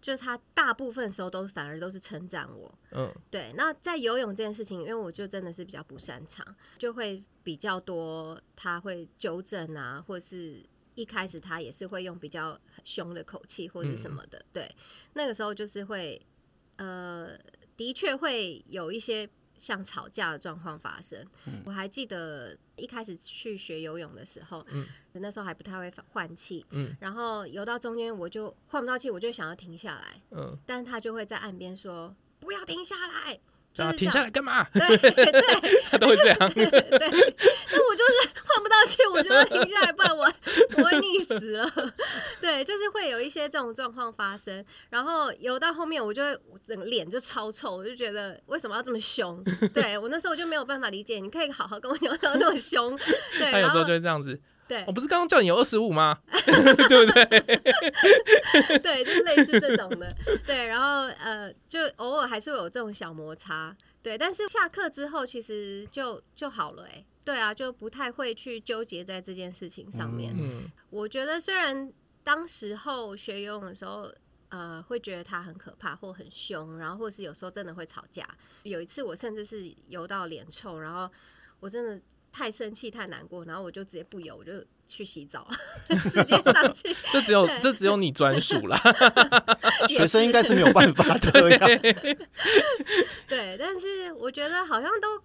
Speaker 3: 就他大部分时候都反而都是称赞我。
Speaker 1: 嗯，
Speaker 3: 对，那在游泳这件事情，因为我就真的是比较不擅长，就会比较多他会纠正啊，或是一开始他也是会用比较凶的口气或
Speaker 1: 嗯
Speaker 3: 是什么的。对，那个时候就是会，呃，的确会有一些像吵架的状况发生。
Speaker 1: 嗯
Speaker 3: 我还记得一开始去学游泳的时候，
Speaker 1: 嗯
Speaker 3: 那时候还不太会换气，
Speaker 1: 嗯
Speaker 3: 然后游到中间我就换不到气，我就想要停下来，
Speaker 1: 嗯，
Speaker 3: 但他就会在岸边说：“不要停下来。”就
Speaker 1: 啊，
Speaker 3: 是
Speaker 1: 停
Speaker 3: 这
Speaker 1: 下
Speaker 3: 样。
Speaker 1: 来干嘛？
Speaker 3: 对对 对，
Speaker 1: 他都会这样。
Speaker 3: 那我就是换不到气，我就要停下来，不然我我会溺死了。 对，就是会有一些这种状况发生。然后游到后面，我就会我整个脸就超臭，我就觉得为什么要这么 凶？对我那时候就没有办法理解，你可以好好跟我讲，为什么要这 么凶？对，
Speaker 1: 他有
Speaker 3: 然
Speaker 1: 时
Speaker 3: 后
Speaker 1: 候就会这样子。哦
Speaker 3: 对
Speaker 1: 我不是刚刚叫你有二十五吗？对不对？
Speaker 3: 对，就是类似这种的。对，然后呃，就偶尔还是会有这种小摩擦。对，但是下课之后其实就就好了、欸，对啊，就不太会去纠结在这件事情上面。
Speaker 1: 嗯，
Speaker 3: 我觉得虽然当时候学游泳的时候。呃，会觉得他很可怕或很凶，然后或是有时候真的会吵架。有一次我甚至是游到脸臭，然后我真的太生气太难过，然后我就直接不游，我就去洗澡 了，直接上去
Speaker 1: 这只有
Speaker 3: 对
Speaker 1: 这只有你专属 啦。
Speaker 2: 学生应该是没有办法这样？
Speaker 3: 对，但是我觉得好像都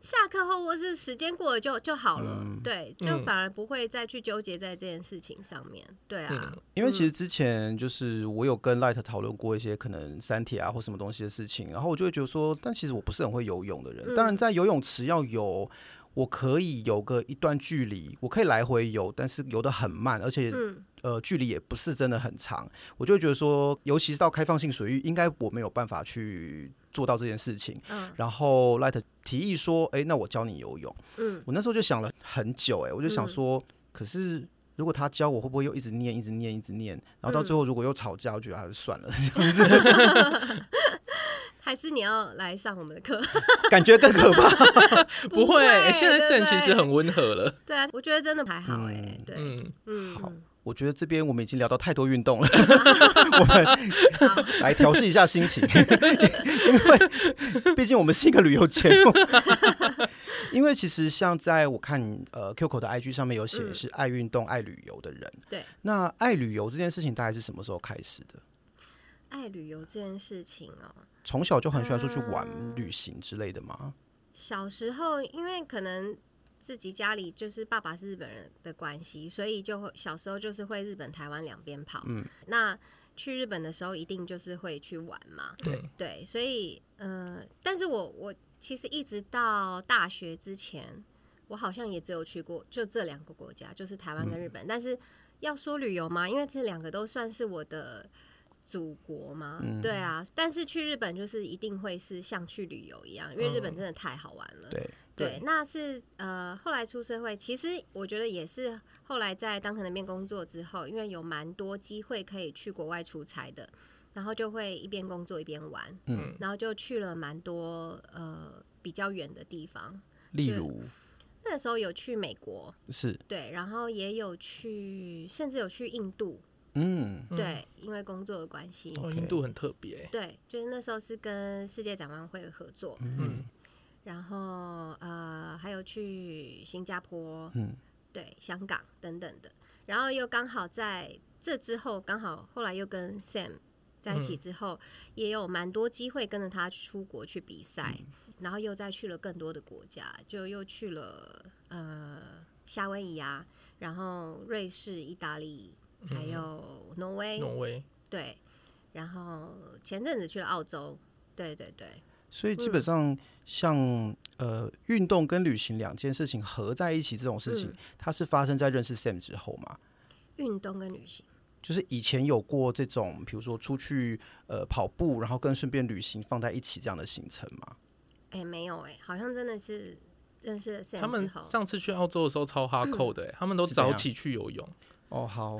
Speaker 3: 下课后或是时间过了就就好了，对，就
Speaker 1: 嗯
Speaker 3: 反而不会再去纠结在这件事情上面。对啊，
Speaker 2: 因为其实之前就是我有跟 Light 讨论过一些可能三体啊或什么东西的事情，然后我就会觉得说，但其实我不是很会游泳的人。
Speaker 3: 嗯
Speaker 2: 当然，在游泳池要有我可以有个一段距离，我可以来回游，但是游得很慢，而且、
Speaker 3: 嗯
Speaker 2: 呃距离也不是真的很长，我就会觉得说，尤其是到开放性水域，应该我没有办法去做到这件事情。
Speaker 3: 嗯
Speaker 2: 然后 Light 提议说，诶，那我教你游泳。
Speaker 3: 嗯，
Speaker 2: 我那时候就想了很久、诶，我就想说，可是。如果他教我，会不会又一直念、一直念、一直念？然后到最后，如果又吵架，我觉得还是算了， 这样子
Speaker 3: 还是你要来上我们的课？
Speaker 2: 感觉更可怕。
Speaker 1: 不
Speaker 3: 会
Speaker 1: 会，现在 Sam
Speaker 3: 对不
Speaker 1: 其实
Speaker 3: 对
Speaker 1: 很温和了。
Speaker 3: 对啊，我觉得真的还好哎、对，
Speaker 1: 嗯，
Speaker 3: 嗯，嗯
Speaker 2: 我觉得这边我们已经聊到太多运动了，我们来调试一下心情， 因为毕竟我们是一个旅游节目。 因为其实像在我看呃 Q 口的 IG 上面有写是爱运动、爱旅游的人，
Speaker 3: 对，
Speaker 2: 那爱旅游这件事情大概是什么时候开始的？
Speaker 3: 爱旅游这件事情哦、
Speaker 2: 从小就很喜欢出去玩、旅行之类的吗？
Speaker 3: 小时候因为可能自己家里就是爸爸是日本人的关系，所以就会小时候就是会日本、台湾两边跑。嗯，那去日本的时候一定就是会去玩嘛。
Speaker 1: 对
Speaker 3: 对，所以嗯、呃但是我我其实一直到大学之前，我好像也只有去过就这两个国家，就是台湾
Speaker 2: 嗯
Speaker 3: 跟日本。但是要说旅游嘛，因为这两个都算是我的。祖国嘛，
Speaker 2: 嗯
Speaker 3: 对啊，但是去日本就是一定会是像去旅游一样，因为日本真的太好玩了。
Speaker 2: 嗯对，
Speaker 1: 对
Speaker 3: 对，那是呃，后来出社会，其实我觉得也是后来在当可那边工作之后，因为有蛮多机会可以去国外出差的，然后就会一边工作一边玩，
Speaker 2: 嗯，
Speaker 3: 然后就去了蛮多呃比较远的地方。
Speaker 2: 例如
Speaker 3: 那时候有去美国，
Speaker 2: 是
Speaker 3: 对，然后也有去，甚至有去印度，
Speaker 2: 嗯
Speaker 3: 对，因为工作的关系，
Speaker 1: 哦，印度很特别。
Speaker 3: 对，就是那时候是跟世界展望会合作，
Speaker 1: 嗯，
Speaker 3: 然后呃，还有去新加坡，
Speaker 2: 嗯，
Speaker 3: 对，香港等等的。然后又刚好在这之后，刚好后来又跟 Sam 在一起之后，也有蛮多机会跟着他出国去比赛，然后又再去了更多的国家，就又去了呃夏威夷啊，然后瑞士、意大利，还有挪威，
Speaker 2: 嗯
Speaker 1: 挪威，
Speaker 3: 对，然后前阵子去了澳洲，对对对。
Speaker 2: 所以基
Speaker 3: 嗯
Speaker 2: 本上像、呃运动跟旅行两件事情合在一起这种事
Speaker 3: 嗯
Speaker 2: 情，它是发生在认识 Sam 之后嘛？
Speaker 3: 运动跟旅行，
Speaker 2: 就是以前有过这种，比如说出去呃跑步，然后跟顺便旅行放在一起这样的行程嘛？
Speaker 3: 哎、没有哎、好像真的是认识了 Sam
Speaker 1: 他们
Speaker 3: 之后，
Speaker 1: 上次去澳洲的时候超哈扣的欸，他们都
Speaker 2: 是怎样
Speaker 1: 早起去游泳，
Speaker 2: 哦，好，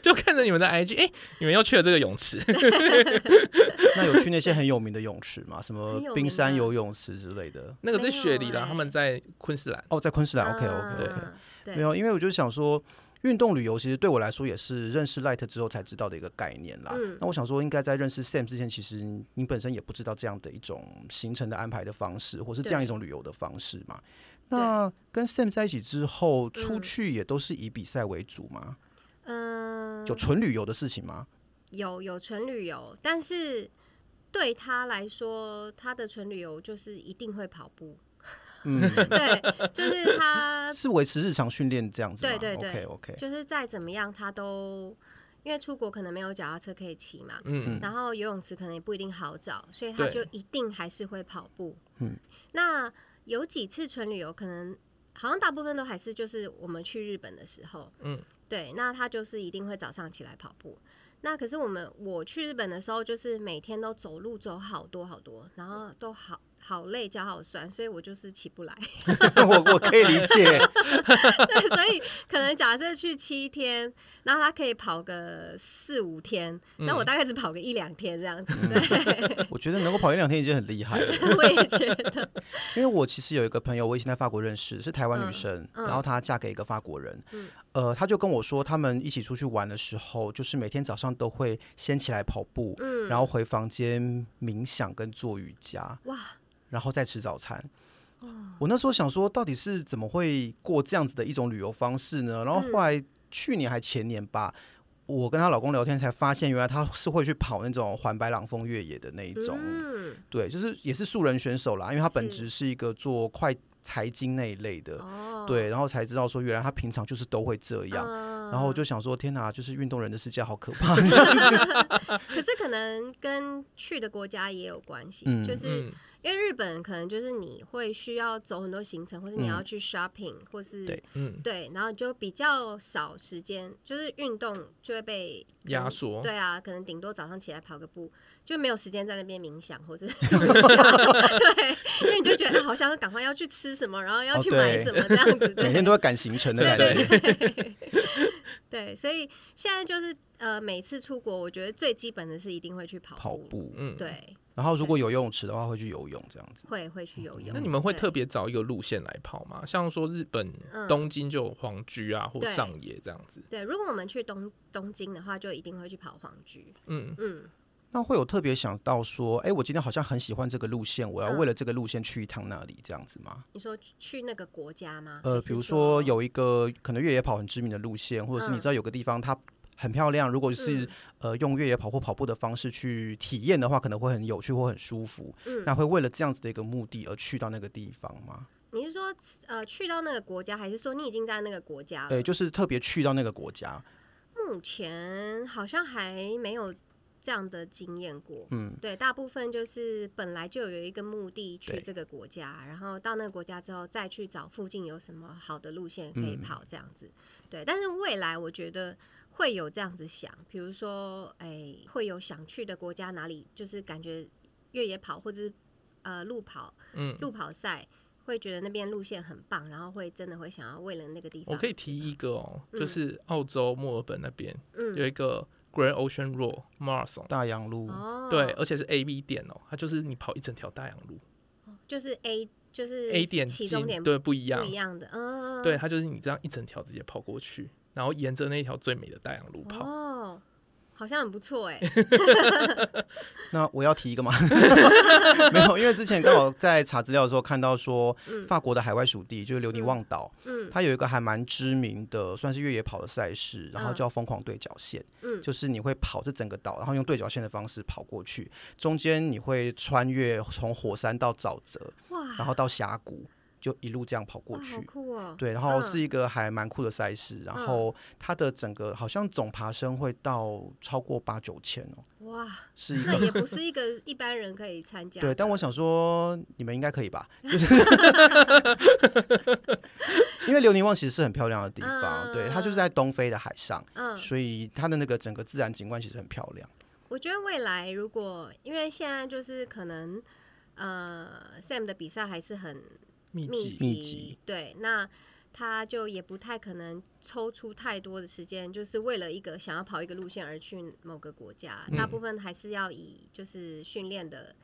Speaker 1: 就看着你们的 IG，哎，你们又去了这个泳池，
Speaker 2: 那有去那些很有名的泳池嘛？什么
Speaker 3: 很有名啊
Speaker 2: 冰山
Speaker 3: 的
Speaker 2: 游泳池之类的？
Speaker 1: 那个在雪梨
Speaker 3: 没有
Speaker 1: 啦，
Speaker 3: 欸
Speaker 1: 他们在昆士兰。
Speaker 2: 哦，在昆士兰，OK
Speaker 1: 啊
Speaker 3: 嗯
Speaker 2: OK
Speaker 1: 对
Speaker 2: OK，
Speaker 3: 对
Speaker 2: 没有，因为我就想说。运动旅游其实对我来说也是认识 Light 之后才知道的一个概念啦。
Speaker 3: 嗯
Speaker 2: 那我想说，应该在认识 Sam 之前，其实你本身也不知道这样的一种行程的安排的方式，或是这样一种旅游的方式嘛。那跟 Sam 在一起之后，出
Speaker 3: 嗯
Speaker 2: 去也都是以比赛为主吗？
Speaker 3: 嗯、
Speaker 2: 有纯旅游的事情吗？
Speaker 3: 有有纯旅游，但是对他来说，他的纯旅游就是一定会跑步，
Speaker 2: 嗯，
Speaker 3: 对，就是他
Speaker 2: 是维持日常训练这样子吗？
Speaker 3: 呃对对对
Speaker 2: OK OK，
Speaker 3: 就是再怎么样，他都因为出国可能没有脚踏车可以骑嘛，
Speaker 1: 嗯，
Speaker 3: 然后游泳池可能也不一定好找，所以他
Speaker 1: 对
Speaker 3: 就一定还是会跑步。那有几次纯旅游，可能好像大部分都还是就是我们去日本的时候，
Speaker 1: 嗯，
Speaker 3: 对，那他就是一定会早上起来跑步。那可是我们我去日本的时候，就是每天都走路走好多好多，然后都好好累，脚好酸，所以我就是起不来。
Speaker 2: 我我可以理解，
Speaker 3: 对， 所以可能假设去七天，然后他可以跑个四五天，那
Speaker 2: 嗯
Speaker 3: 我大概只跑个一两天这样子。对，
Speaker 2: 我觉得能够跑一两天已经很厉害了。
Speaker 3: 我也觉 得，
Speaker 2: 因为我其实有一个朋友，我以前在法国认识，是台湾女生，
Speaker 3: 嗯
Speaker 2: 然后她嫁给一个法国人，呃，她就跟我说，他们一起出去玩的时候，就是每天早上都会先起来跑步，
Speaker 3: 嗯
Speaker 2: 然后回房间冥想跟做瑜伽，
Speaker 3: 哇，
Speaker 2: 然后再吃早餐。我那时候想说，到底是怎么会过这样子的一种旅游方式呢？然后
Speaker 3: 嗯
Speaker 2: 后来去年还前年吧，我跟她老公聊天才发现，原来她是会去跑那种环白朗峰越野的那一种，
Speaker 3: 嗯，
Speaker 2: 对，就是也是素人选手啦，因为他本
Speaker 3: 是
Speaker 2: 职是一个做快财经那一类的，
Speaker 3: 哦，
Speaker 2: 对，然后才知道说原来他平常就是都会这样。
Speaker 3: 嗯嗯
Speaker 2: 然后我就想说，天哪，就是运动人的世界好可怕。
Speaker 3: 可是可能跟去的国家也有关系，
Speaker 2: 嗯
Speaker 3: 就是
Speaker 1: 嗯，
Speaker 3: 因为日本可能就是你会需要走很多行程，或是
Speaker 2: 嗯
Speaker 3: 你要去 shopping，、或是
Speaker 2: 对
Speaker 1: 嗯，
Speaker 3: 对然后就比较少时间，就是运动就会被
Speaker 1: 压缩，
Speaker 3: 对啊，可能顶多早上起来跑个步，就没有时间在那边冥想或 者做瑜伽。对，因为你就觉得、啊好像赶快要去吃什么，然后要
Speaker 2: 哦
Speaker 3: 去买
Speaker 2: 对
Speaker 3: 什么这样子。
Speaker 2: 每
Speaker 3: 对
Speaker 2: 天都要赶行程的
Speaker 1: 对
Speaker 2: 感
Speaker 1: 对
Speaker 2: 觉。
Speaker 3: 对，所以现在就是呃，每次出国，我觉得最基本的是一定会去跑
Speaker 2: 跑
Speaker 3: 步。
Speaker 2: 步，
Speaker 1: 嗯，。
Speaker 3: 对，
Speaker 2: 然后如果有游泳池的话，会去游泳这样子。
Speaker 3: 会会
Speaker 2: 嗯
Speaker 3: 去游泳。
Speaker 1: 那你们会
Speaker 3: 对
Speaker 1: 特别找一个路线来跑吗？像说日本
Speaker 3: 嗯
Speaker 1: 东京就有皇居啊，或
Speaker 3: 对
Speaker 1: 上野这样子。
Speaker 3: 对，如果我们去东东京的话，就一定会去跑黄居。
Speaker 1: 嗯，
Speaker 3: 嗯，
Speaker 2: 那会有特别想到说，哎，我今天好像很喜欢这个路线，我要
Speaker 3: 嗯
Speaker 2: 为了这个路线去一趟那里这样子吗？
Speaker 3: 你说去那个国家吗？还
Speaker 2: 呃，
Speaker 3: 是
Speaker 2: 比如说
Speaker 3: 说
Speaker 2: 有一个可能越野跑很知名的路线，或者是你
Speaker 3: 嗯
Speaker 2: 知道有个地方它很漂亮，如果是、
Speaker 3: 嗯
Speaker 2: 呃用越野跑或跑步的方式去体验的话，可能会很有趣或很舒服。那会为了这样子的一个目的而去到那个地方吗？
Speaker 3: 你是说呃去到那个国家，还是说你已经在那个国家了？
Speaker 2: 对，就是特别去到那个国家，
Speaker 3: 目前好像还没有这样的经验过。
Speaker 2: 嗯，
Speaker 3: 对，大部分就是本来就有一个目的去
Speaker 2: 对
Speaker 3: 这个国家，然后到那个国家之后再去找附近有什么好的路线可
Speaker 1: 嗯
Speaker 3: 以跑这样子。对，但是未来我觉得会有这样子想，比如说，哎，会有想去的国家哪里，就是感觉越野跑或者是呃路跑，
Speaker 1: 嗯，
Speaker 3: 路跑赛。会觉得那边路线很棒，然后会真的会想要为了那个地方。
Speaker 1: 我可以提一个哦，
Speaker 3: 嗯
Speaker 1: 就是澳洲墨尔本那边
Speaker 3: 嗯
Speaker 1: 有一个 Grand Ocean Road Marathon，
Speaker 2: 大洋路。
Speaker 3: 哦，
Speaker 1: 对，而且是 A B 点哦，它就是你跑一整条大洋路
Speaker 3: 就是 A 就是
Speaker 1: ，A 点
Speaker 3: 起
Speaker 1: 进
Speaker 3: 终点
Speaker 1: 对不一样
Speaker 3: 不一，样的，嗯，
Speaker 1: 对，它就是你这样一整条直接跑过去，然后沿着那条最美的大洋路跑。
Speaker 3: 哦，好像很不错 哎，
Speaker 2: 那我要提一 个吗？没有，因为之前刚好在查资料的时候看到说，法国的海外属地就是留尼旺岛，
Speaker 3: 嗯
Speaker 2: 它有一个还蛮知名的，算是越野跑的赛事，然后叫疯狂对角线，
Speaker 3: 嗯
Speaker 2: 就是你会跑这整个岛，然后用对角线的方式跑过去，中间你会穿越从火山到沼泽，
Speaker 3: 哇，
Speaker 2: 然后到峡谷，就一路这样跑过
Speaker 3: 哇
Speaker 2: 去
Speaker 3: 好。酷哦，
Speaker 2: 对，然后
Speaker 3: 嗯
Speaker 2: 是一个还蛮酷的赛事，然后它的整个好像总爬升会到超过八九千哦，
Speaker 3: 哇，
Speaker 2: 是一
Speaker 3: 那
Speaker 2: 个
Speaker 3: 也不是一个一般人可以参加的，
Speaker 2: 对，但我想说，你们应该可以 吧？就是 因为留尼旺其实是很漂亮的地方，对，它就是在东非的海上，
Speaker 3: 嗯，
Speaker 2: 所以它的那个整个自然景观其实很漂亮。
Speaker 3: 我觉得未来如果因为现在就是可能。呃，Sam 的比赛还是很
Speaker 1: 密
Speaker 3: 密
Speaker 1: 集，
Speaker 3: 集，
Speaker 2: 密集
Speaker 3: 对，那他就也不太可能抽出太多的时间，就是为了一个想要跑一个路线而去某个国家，
Speaker 1: 嗯
Speaker 3: 大部分还是要以就是训练的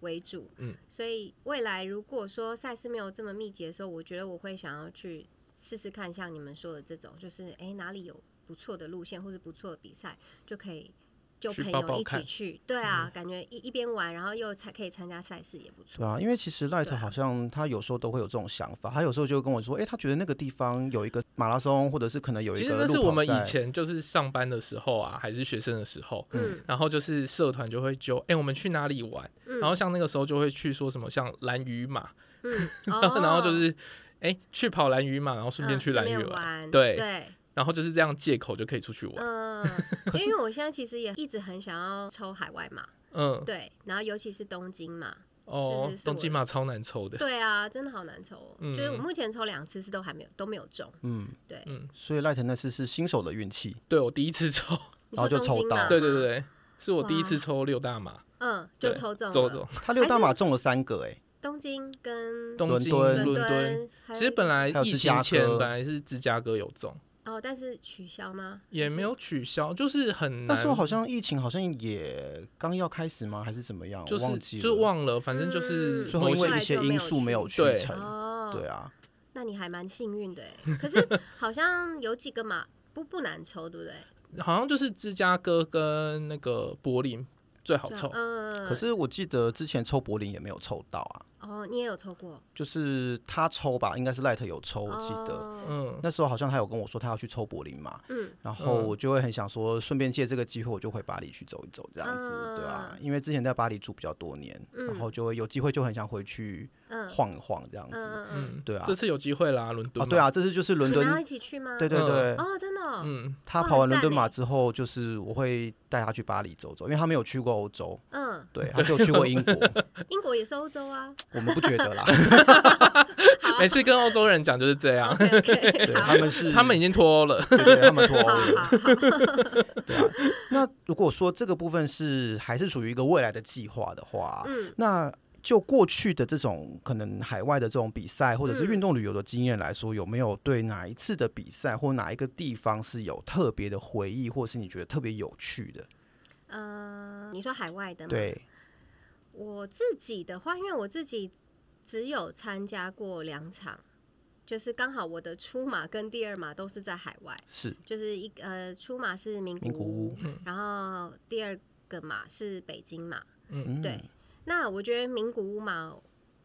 Speaker 3: 为主。
Speaker 1: 嗯，
Speaker 3: 所以未来如果说赛事没有这么密集的时候，我觉得我会想要去试试看，像你们说的这种，就是诶哪里有不错的路线或者不错的比赛，就可以。就
Speaker 1: 去
Speaker 3: 朋
Speaker 1: 报报
Speaker 3: 友一起
Speaker 1: 看嗯
Speaker 3: 去，对啊，感觉一一边玩，然后又才可以参加赛事，也不错。
Speaker 2: 对啊，因为其实 Light
Speaker 3: 对啊
Speaker 2: 好像他有时候都会有这种想法，他有时候就会跟我说，诶，他觉得那个地方有一个马拉松，或者是可能有一
Speaker 1: 其
Speaker 2: 个
Speaker 1: 实
Speaker 2: 路跑
Speaker 1: 那
Speaker 2: 赛。
Speaker 1: 是我们以前就是上班的时候啊，还是学生的时候，
Speaker 3: 嗯
Speaker 1: 然后就是社团就会揪，哎、我们去哪里玩？然后像那个时候就会去说什么像蓝鱼马，
Speaker 3: 嗯，
Speaker 1: 然后就
Speaker 3: 哦
Speaker 1: 是哎、去跑蓝鱼马，然后顺便
Speaker 3: 嗯
Speaker 1: 去蓝鱼
Speaker 3: 便
Speaker 1: 玩，
Speaker 3: 玩
Speaker 1: 对
Speaker 3: 对，
Speaker 1: 然后就是这样借口就可以出去玩。
Speaker 3: 嗯，因为我现在其实也一直很想要抽海外嘛，
Speaker 1: 嗯，
Speaker 3: 对，然后尤其是东京嘛，
Speaker 1: 哦
Speaker 3: 是是，
Speaker 1: 东京
Speaker 3: 我
Speaker 1: 马超难抽的，
Speaker 3: 对啊，真的好难抽、哦，
Speaker 1: 嗯
Speaker 3: 就是我目前抽两次是都还没有都没有中，
Speaker 2: 嗯，
Speaker 3: 对，
Speaker 2: 所以 Light 那次是新手的运 气，
Speaker 1: 对我第一次抽，
Speaker 3: 你
Speaker 2: 然后
Speaker 3: 说
Speaker 2: 就
Speaker 3: 东京
Speaker 2: 抽到
Speaker 3: 嘛，
Speaker 1: 对对对，对，是我第一次
Speaker 3: 嗯哇
Speaker 1: 抽六大马，
Speaker 3: 嗯，就
Speaker 1: 对
Speaker 3: 抽中
Speaker 1: 走
Speaker 3: 了嗯
Speaker 1: 走
Speaker 2: 他六大马中了三个、诶，
Speaker 3: 东京跟
Speaker 1: 东京、
Speaker 2: 伦
Speaker 1: 伦
Speaker 2: 敦
Speaker 1: 敦。
Speaker 3: 敦，还有
Speaker 1: 其实
Speaker 3: 一个
Speaker 1: 本来
Speaker 2: 还有
Speaker 1: 疫
Speaker 2: 芝
Speaker 1: 情
Speaker 2: 加
Speaker 1: 前
Speaker 2: 哥
Speaker 1: 本来是芝加哥有中，
Speaker 3: 哦，但是取消吗？
Speaker 1: 也没有取消，就是很
Speaker 2: 那
Speaker 1: 难
Speaker 2: 时候好像疫情好像也刚要开始吗？还是怎么样？
Speaker 1: 就
Speaker 2: 我忘
Speaker 1: 是
Speaker 2: 记
Speaker 1: 就是
Speaker 2: 了
Speaker 1: 忘了，反正就是
Speaker 3: 嗯
Speaker 2: 最后因
Speaker 1: 某
Speaker 2: 为
Speaker 1: 些
Speaker 2: 一些因素没有去
Speaker 1: 对
Speaker 2: 成，
Speaker 3: 哦，
Speaker 2: 对啊，
Speaker 3: 那你还蛮幸运 的欸，可是好像有几个嘛不不难抽，对不对？
Speaker 1: 好像就是芝加哥跟那个柏林最好
Speaker 3: 就
Speaker 1: 抽，
Speaker 3: 嗯，
Speaker 2: 可是我记得之前抽柏林也没有抽到啊，
Speaker 3: 哦，你也有抽过？
Speaker 2: 就是他抽吧，应该是 Light 有抽，我记得。
Speaker 3: 得。
Speaker 1: 嗯，
Speaker 2: 那时候好像他有跟我说他要去抽柏林嘛，
Speaker 3: 哦嗯，
Speaker 2: 然后我就会很想说，顺便借这个机会，我就回巴黎去走一走，这样子，
Speaker 3: 嗯
Speaker 2: 对啊，因为之前在巴黎住比较多年，然后就会有机会就很想回去
Speaker 3: 嗯
Speaker 2: 晃一晃这样
Speaker 3: 嗯
Speaker 2: 子，
Speaker 3: 嗯嗯。
Speaker 2: 对啊
Speaker 1: 这，次有机会啦，伦敦
Speaker 2: 啊
Speaker 1: 嘛
Speaker 2: 对，啊，这次就是伦
Speaker 3: 你们要
Speaker 2: 敦
Speaker 3: 一，起去吗？
Speaker 2: 对对对
Speaker 1: 嗯，
Speaker 3: 哦，真的哦。
Speaker 1: 嗯
Speaker 2: 他
Speaker 3: 哇
Speaker 2: 跑完
Speaker 3: 很
Speaker 2: 伦
Speaker 3: 赞
Speaker 2: 敦马
Speaker 3: 欸
Speaker 2: 之后，就是我会带他去巴黎走走，因为他没有去过欧洲，
Speaker 3: 嗯，
Speaker 2: 对，他只有去过英国，
Speaker 3: 英国也是欧 洲啊。
Speaker 2: 我们不觉得啦，
Speaker 1: 每次跟欧洲人讲就是这样，
Speaker 3: OK OK，
Speaker 2: 啊对， 哦他们是
Speaker 1: 他们已经脱欧 了。
Speaker 2: 对对，他们脱欧
Speaker 3: 好
Speaker 2: 了。
Speaker 3: 好好，
Speaker 2: 对啊，那如果说这个部分是还是属于一个未来的计划的话，
Speaker 3: 嗯
Speaker 2: 那就过去的这种可能海外的这种比赛或者是
Speaker 3: 嗯
Speaker 2: 运动旅游的经验来说，有没有对哪一次的比赛或哪一个地方是有特别的回忆，或是你觉得特别有趣的？
Speaker 3: 嗯，你说海外的吗？
Speaker 2: 对，
Speaker 3: 我自己的话，因为我自己只有参加过两场，就是刚好我的出马跟第二马都是在海外，
Speaker 2: 是
Speaker 3: 就是一呃出马是名古
Speaker 2: 名古屋，
Speaker 3: 然后第二个马是北京马。
Speaker 2: 嗯，
Speaker 3: 对，那我觉得名古屋马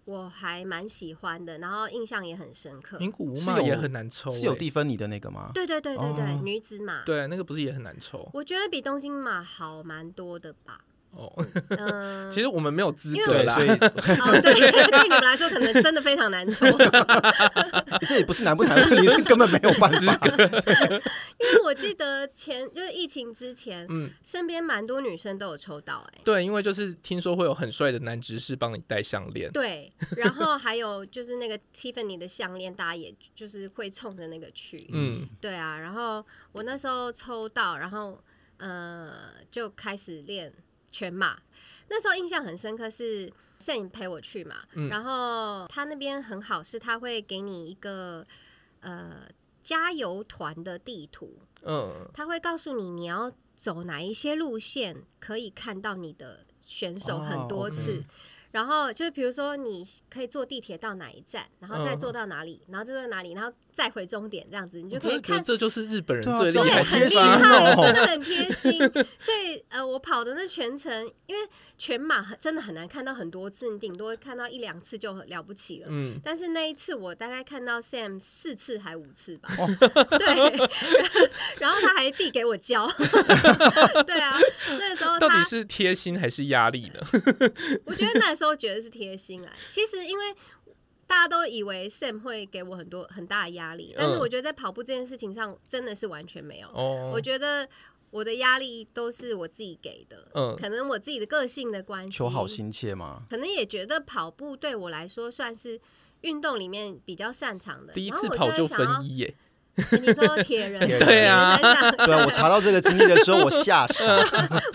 Speaker 3: 我还蛮喜欢的，然后印象也很深刻。
Speaker 1: 名古屋
Speaker 2: 是
Speaker 1: 嘛
Speaker 2: 有
Speaker 1: 也很难抽欸，
Speaker 2: 是有地分你的那个吗？
Speaker 3: 对对对对对，
Speaker 2: 哦
Speaker 3: 女子马，
Speaker 1: 对那个不是也很难抽
Speaker 3: 我觉得比东京马好蛮多的吧。
Speaker 1: 哦。
Speaker 3: 嗯，
Speaker 1: 其实我们没有资
Speaker 3: 因为
Speaker 1: 格
Speaker 2: 对，
Speaker 1: 啦
Speaker 2: 所，以
Speaker 3: 哦，对， 对你们来说可能真的非常难抽，因
Speaker 2: 这也不是难不难的问题，是根本没有办法。
Speaker 3: 为我记得前就是疫情之前，
Speaker 1: 嗯
Speaker 3: 身边蛮多女生都有抽到、哎。
Speaker 1: 对，因为就是听说会有很帅的男执事帮你戴项链，
Speaker 3: 对，然后还有就是那个 Tiffany 的项链，大家也就是会冲着那个去，
Speaker 1: 嗯，
Speaker 3: 对啊，然后我那时候抽到，然后呃就开始练全马。那时候印象很深刻是摄影陪我去嘛，
Speaker 1: 嗯
Speaker 3: 然后他那边很好，是他会给你一个呃加油团的地图，
Speaker 1: 嗯，
Speaker 3: 他会告诉你你要走哪一些路线，可以看到你的选手很多次。
Speaker 1: 哦，OK
Speaker 3: 然后就是比如说你可以坐地铁到哪一站，然后再
Speaker 1: 嗯
Speaker 3: 坐到哪里，然后再坐到哪里，然后再回终点这样子，你就
Speaker 1: 我
Speaker 3: 可
Speaker 1: 真
Speaker 3: 以
Speaker 1: 的觉
Speaker 3: 看
Speaker 1: 得这就是日本人
Speaker 2: 对啊
Speaker 1: 最
Speaker 2: 这
Speaker 1: 厉
Speaker 3: 对，
Speaker 1: 害
Speaker 2: 好
Speaker 1: 的地
Speaker 2: 贴
Speaker 3: 很厉
Speaker 2: 心
Speaker 1: 方。
Speaker 3: 害，
Speaker 2: 哦
Speaker 3: 真的很贴心。所以呃，我跑的那全程，因为全马很真的很难看到很多次，你顶多看到一两次就很了不起了。
Speaker 1: 嗯，
Speaker 3: 但是那一次，我大概看到 Sam 四次还五次吧，
Speaker 2: 哦
Speaker 3: 对，然后他还递给我教， 对啊，那时候
Speaker 1: 到底
Speaker 3: 他
Speaker 1: 是贴心还是压 力呢？
Speaker 3: 我觉得那时候觉得是贴心啊。其实因为大家都以为 Sam 会给我很多很大的压力，但是
Speaker 1: 嗯
Speaker 3: 我觉得在跑步这件事情上真的是完全没有。
Speaker 1: 哦
Speaker 3: 我，觉得我的压力都是我自己给的，
Speaker 1: 嗯
Speaker 3: 可能我自己的个性的关系，
Speaker 2: 求好，心切吗？
Speaker 3: 可能也觉得跑步对我来说算是。运动里面比较擅长的，
Speaker 1: 第一
Speaker 3: 然后
Speaker 1: 次
Speaker 3: 我
Speaker 1: 跑
Speaker 3: 会
Speaker 1: 就
Speaker 3: 想
Speaker 1: 分
Speaker 3: 要
Speaker 1: 一耶，
Speaker 3: 你说 铁人，
Speaker 2: 铁人
Speaker 1: 对啊
Speaker 3: 铁人三项
Speaker 2: 对啊，我查到这个经历的时候，我吓傻。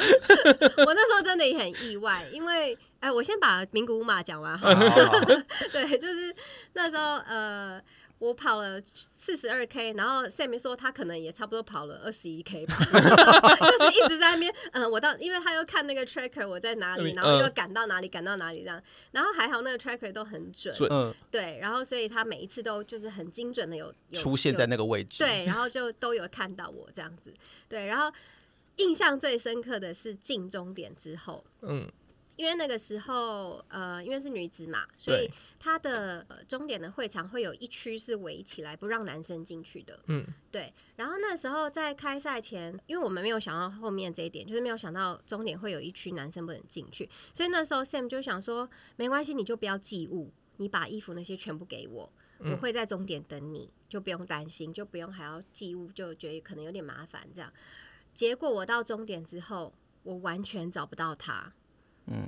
Speaker 3: 我那时候真的也很意外，因为哎，我先把名古屋马讲完
Speaker 2: 好
Speaker 3: 哈，
Speaker 2: 好好
Speaker 3: 对，就是那时候呃，我跑了四十二 K，然后 Sam 说他可能也差不多跑了二十一 K 吧， 就是一直在那边，嗯、我到，因为他又看那个 tracker 我在哪里，
Speaker 1: 嗯
Speaker 3: 然后又赶到哪里，赶到哪里这样，然后还好那个 tracker 都很准，
Speaker 1: 准
Speaker 2: 嗯，
Speaker 3: 对，然后所以他每一次都就是很精准的有有
Speaker 2: 出现在
Speaker 3: 有
Speaker 2: 那个位置，
Speaker 3: 对，然后就都有看到我这样子，对，然后印象最深刻的是进终点之后，
Speaker 1: 嗯，
Speaker 3: 因为那个时候，呃，因为是女子嘛，所以
Speaker 1: 对
Speaker 3: 她的、呃终点的会场会有一区是围起来，不让男生进去的。
Speaker 1: 嗯，
Speaker 3: 对。然后那时候在开赛前，因为我们没有想到后面这一点，就是没有想到终点会有一区男生不能进去，所以那时候 Sam 就想说，没关系，你就不要寄物，你把衣服那些全部给我，我会在终点等你，就不用担心，就不用还要寄物，就觉得可能有点麻烦这样。结果我到终点之后，我完全找不到他。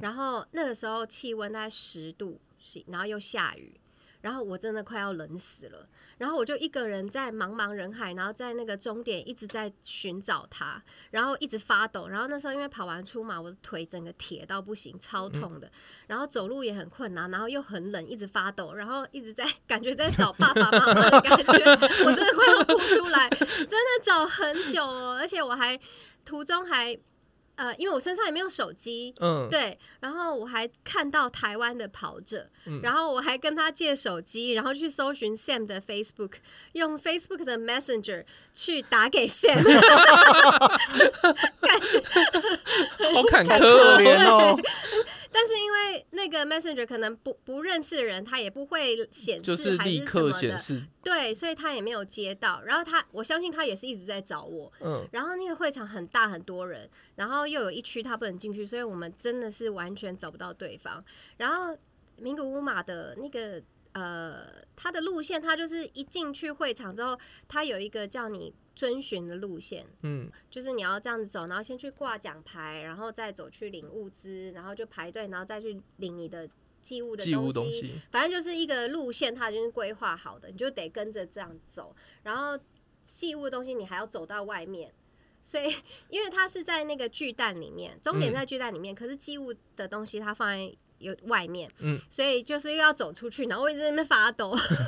Speaker 3: 然后那个时候气温大概十度，是然后又下雨，然后我真的快要冷死了。然后我就一个人在茫茫人海，然后在那个终点一直在寻找他，然后一直发抖。然后那时候因为跑完出马，我的腿整个铁到不行，超痛的。然后走路也很困难，然后又很冷，一直发抖，然后一直在感觉在找爸爸妈妈的感觉， 我真的快要哭出来，真的找很久哦。而且我还途中还呃，因为我身上也没有手机，
Speaker 1: 嗯，
Speaker 3: 对，然后我还看到台湾的跑者，
Speaker 1: 嗯
Speaker 3: 然后我还跟他借手机，然后去搜寻 Sam 的 Facebook，用 Facebook 的 Messenger 去 打给 Sam，
Speaker 1: 好坎坷
Speaker 2: 可
Speaker 1: 哦。
Speaker 2: 怜哦，
Speaker 3: 但是因为那个 Messenger 可能不不认识的人，他也不会显
Speaker 1: 就
Speaker 3: 示还
Speaker 1: 立
Speaker 3: 是什
Speaker 1: 刻
Speaker 3: 么
Speaker 1: 显
Speaker 3: 的，
Speaker 1: 示，
Speaker 3: 对，所以他也没有接到。然后他，我相信他也是一直在找我。
Speaker 1: 嗯，
Speaker 3: 然后那个会场很大，很多人，然后又有一区他不能进去，所以我们真的是完全找不到对方。然后名古屋马的那个呃，它的路线，它就是一进去会场之后，它有一个叫你遵循的路线，
Speaker 1: 嗯，
Speaker 3: 就是你要这样子走，然后先去挂奖牌，然后再走去领物资，然后就排队，然后再去领你的寄物的
Speaker 1: 寄物东 西，
Speaker 3: 反正就是一个路线，它已经规划好的，你就得跟着这样走。然后寄物的东西你还要走到外面，所以因为它是在那个巨蛋里面，终点在巨蛋里面，可是寄物的东西它放在。有外面，
Speaker 1: 嗯
Speaker 3: 所以就是又要走出去，然后我一直在那边发抖，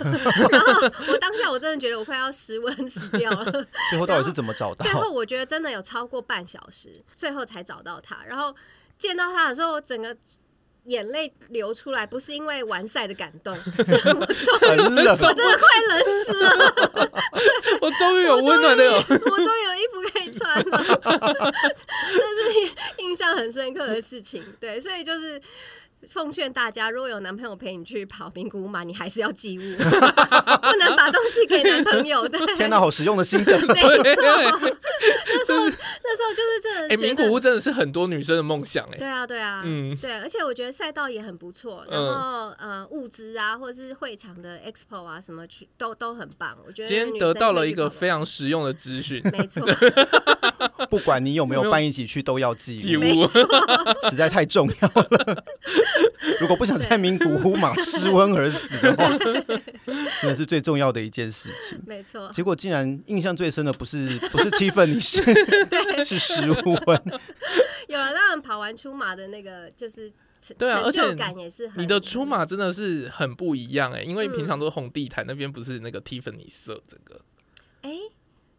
Speaker 3: 然后我当下我真的觉得我快要失温死掉了，
Speaker 2: 最后到底是怎么找到
Speaker 3: 最？后我觉得真的有超过半小时，最后才找到他。然后见到他的时候，整个眼泪流出来，不是因为完赛的感 动，是我终
Speaker 2: 很
Speaker 3: 于。
Speaker 2: 冷，
Speaker 3: 我真的快冷死了，
Speaker 1: 我终于有温暖的
Speaker 3: 我
Speaker 1: 有，
Speaker 3: 终于有衣服可以穿了， 这是印象很深刻的事情。对，所以就是奉劝大家，如果有男朋友陪你去跑名古屋马，你还是要寄物， 不能把东西给男朋友。 对，
Speaker 2: 天哪，好实用的心得。
Speaker 3: 没错，那时候那时候就是真的
Speaker 1: 哎，
Speaker 3: 觉
Speaker 1: 名
Speaker 3: 得
Speaker 1: 古屋真的是很多女生的梦想哎，
Speaker 3: 对啊，对啊，
Speaker 1: 嗯
Speaker 3: 对，而且我觉得赛道也很不错，然后、呃，物资啊，或者是会场的 expo 啊，什么去都都很棒。我觉得
Speaker 1: 今天
Speaker 3: 女
Speaker 1: 得
Speaker 3: 生
Speaker 1: 到
Speaker 3: 可以
Speaker 1: 了
Speaker 3: 去
Speaker 1: 一个
Speaker 3: 跑
Speaker 1: 非常实用的资 讯，
Speaker 3: 步没错，
Speaker 2: 不管你有没有伴一起去，都要记
Speaker 1: 寄
Speaker 2: 录，
Speaker 1: 物，
Speaker 2: 实在太重要了。 如果不想在名古屋马失温而死的 话，真的是最重要的一件事情。
Speaker 3: 没错，
Speaker 2: 结果竟然印象最深的不是不是 Tiffany，是
Speaker 3: 对，
Speaker 2: 是失温。
Speaker 3: 有了让人跑完出马的那个就是成。
Speaker 1: 对啊
Speaker 3: 成
Speaker 1: 而且
Speaker 3: 就感也是很
Speaker 1: 你的出马真的是很不一样哎，因为
Speaker 3: 嗯
Speaker 1: 平常都是红地毯，那边不是那个 Tiffany 色这个，
Speaker 3: 哎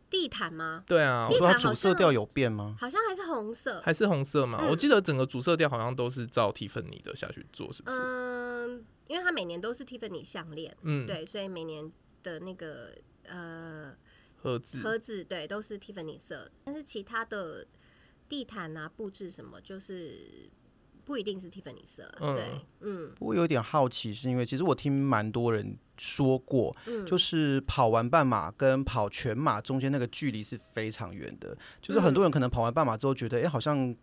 Speaker 3: 地毯吗？
Speaker 1: 对啊
Speaker 2: 你，
Speaker 3: 地
Speaker 2: 说它
Speaker 3: 毯好
Speaker 2: 主色
Speaker 3: 像
Speaker 2: 调有变吗？
Speaker 3: 好像还是红色，
Speaker 1: 还是红色嘛，
Speaker 3: 嗯
Speaker 1: 我记得整个主色调好像都是照 Tiffany 的下去做，是不是？
Speaker 3: 嗯，因为它每年都是 Tiffany 项链，
Speaker 1: 嗯，
Speaker 3: 对，所以每年的那个呃
Speaker 1: 盒子，
Speaker 3: 盒子对都是 Tiffany 色，但是其他的地毯啊布置什么就是不一定是 Tiffany 色，
Speaker 1: 嗯
Speaker 3: 对，嗯
Speaker 2: 我有点好奇，是因为其实我听蛮多人说过，
Speaker 3: 嗯，
Speaker 2: 就是跑完半马跟跑全马中间那个距离是非常远的，就是很多人可能跑完半马之后觉得，哎、好像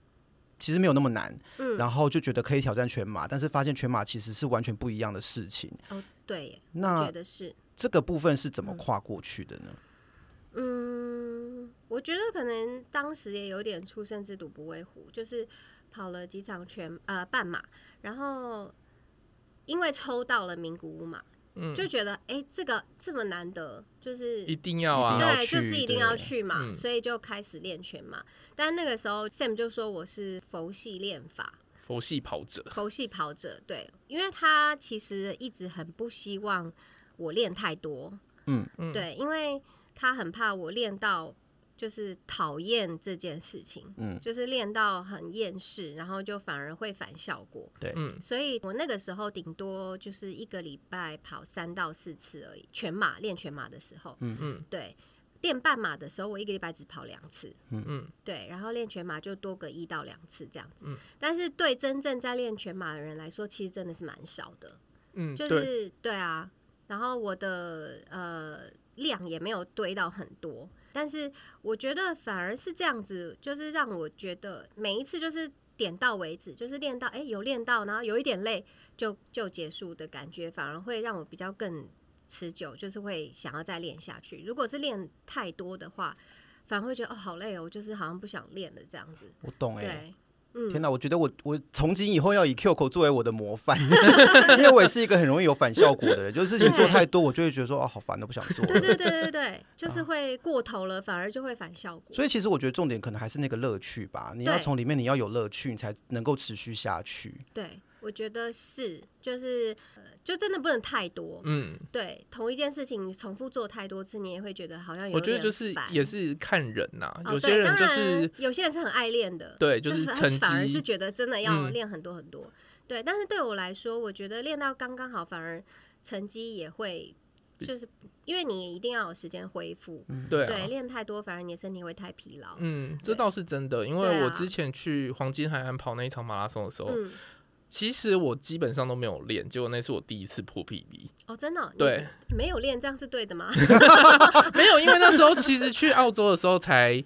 Speaker 2: 其实没有那么难，
Speaker 3: 嗯
Speaker 2: 然后就觉得可以挑战全马，但是发现全马其实是完全不一样的事情。
Speaker 3: 哦对耶，
Speaker 2: 那
Speaker 3: 觉得是，
Speaker 2: 这个部分是怎么跨过去的呢？
Speaker 3: 嗯，我觉得可能当时也有点初生之犊不畏虎，就是跑了几场全呃半马，然后因为抽到了名古屋嘛，
Speaker 1: 嗯，
Speaker 3: 就觉得哎、诶这个这么难得，就是
Speaker 1: 一定要啊，
Speaker 2: 要
Speaker 3: 对，就
Speaker 2: 去
Speaker 3: 是一
Speaker 2: 对
Speaker 3: 定要去嘛，
Speaker 1: 嗯
Speaker 3: 所以就开始练拳嘛。但那个时候 Sam 就说我是佛系练法，
Speaker 1: 佛系跑者，
Speaker 3: 佛系跑者，对，因为他其实一直很不希望我练太多，
Speaker 2: 嗯
Speaker 1: 嗯
Speaker 3: 对，因为他很怕我练到就是讨厌这件事情，
Speaker 2: 嗯
Speaker 3: 就是练到很厌世，然后就反而会反效果，
Speaker 2: 对
Speaker 1: 嗯
Speaker 3: 所以我那个时候顶多就是一个礼拜跑三到四次而已，全马练全马的时候，
Speaker 2: 嗯
Speaker 1: 嗯，
Speaker 3: 对。练半马的时候，我一个礼拜只跑两次，
Speaker 1: 嗯，
Speaker 3: 对，然后练全马就多个一到两次这样子。
Speaker 1: 嗯
Speaker 3: 但是对真正在练全马的人来说，其实真的是蛮少的，
Speaker 1: 嗯，
Speaker 3: 就
Speaker 1: 对，
Speaker 3: 是对啊。然后我的呃量也没有堆到很多，但是我觉得反而是这样子，就是让我觉得每一次就是点到为止，就是练到哎、诶有练到，然后有一点累就就结束的感觉，反而会让我比较更持久，就是会想要再练下去。如果是练太多的话，反而会觉得哦好累哦，就是好像不想练了这样子。
Speaker 2: 我懂哎、
Speaker 3: 对，嗯
Speaker 2: 天哪，我觉得我我从今以后要以 Q 口作为我的模范， 因为我也是一个很容易有反效果的人，就是事情做太多，我就会觉得说，哦，好烦，都不想做了。
Speaker 3: 对 对对对对，就是会过头了，反而就会反效果。
Speaker 2: 所以其实我觉得重点可能还是那个乐趣吧，你要
Speaker 3: 对
Speaker 2: 从里面你要有乐趣，你才能够持续下去。
Speaker 3: 对，我觉得是，就是、呃、就真的不能太多。
Speaker 1: 嗯，
Speaker 3: 对，同一件事情你重复做太多次，你也会觉得好像哎有
Speaker 1: 我觉得
Speaker 3: 点
Speaker 1: 就是
Speaker 3: 烦
Speaker 1: 也是看人呐、
Speaker 3: 哦
Speaker 1: 有
Speaker 3: 对
Speaker 1: 些人
Speaker 3: 当
Speaker 1: 就
Speaker 3: 然
Speaker 1: 是
Speaker 3: 有些人是很爱练的，
Speaker 1: 对，
Speaker 3: 就
Speaker 1: 就是
Speaker 3: 反
Speaker 1: 成
Speaker 3: 反而是
Speaker 1: 绩，
Speaker 3: 觉得真的要
Speaker 1: 嗯
Speaker 3: 练很多很多。对，但是对我来说，我觉得练到刚刚好，反而成绩也会。就是因为你一定要有时间恢复，
Speaker 1: 对
Speaker 3: 对，
Speaker 1: 啊。
Speaker 3: 练太多反而你的身体会太疲劳。
Speaker 1: 嗯，这
Speaker 3: 对
Speaker 1: 倒是真的，因
Speaker 3: 对
Speaker 1: 为
Speaker 3: 啊
Speaker 1: 我之前去黄金海岸跑那一场马拉松的时候，
Speaker 3: 嗯，
Speaker 1: 其实我基本上都没有练，结果那是我第一次破 PB。
Speaker 3: 哦，真的、哦，你
Speaker 1: 对，
Speaker 3: 没有练这样是对的吗？
Speaker 1: 没有，因为那时候其实去澳洲的时候才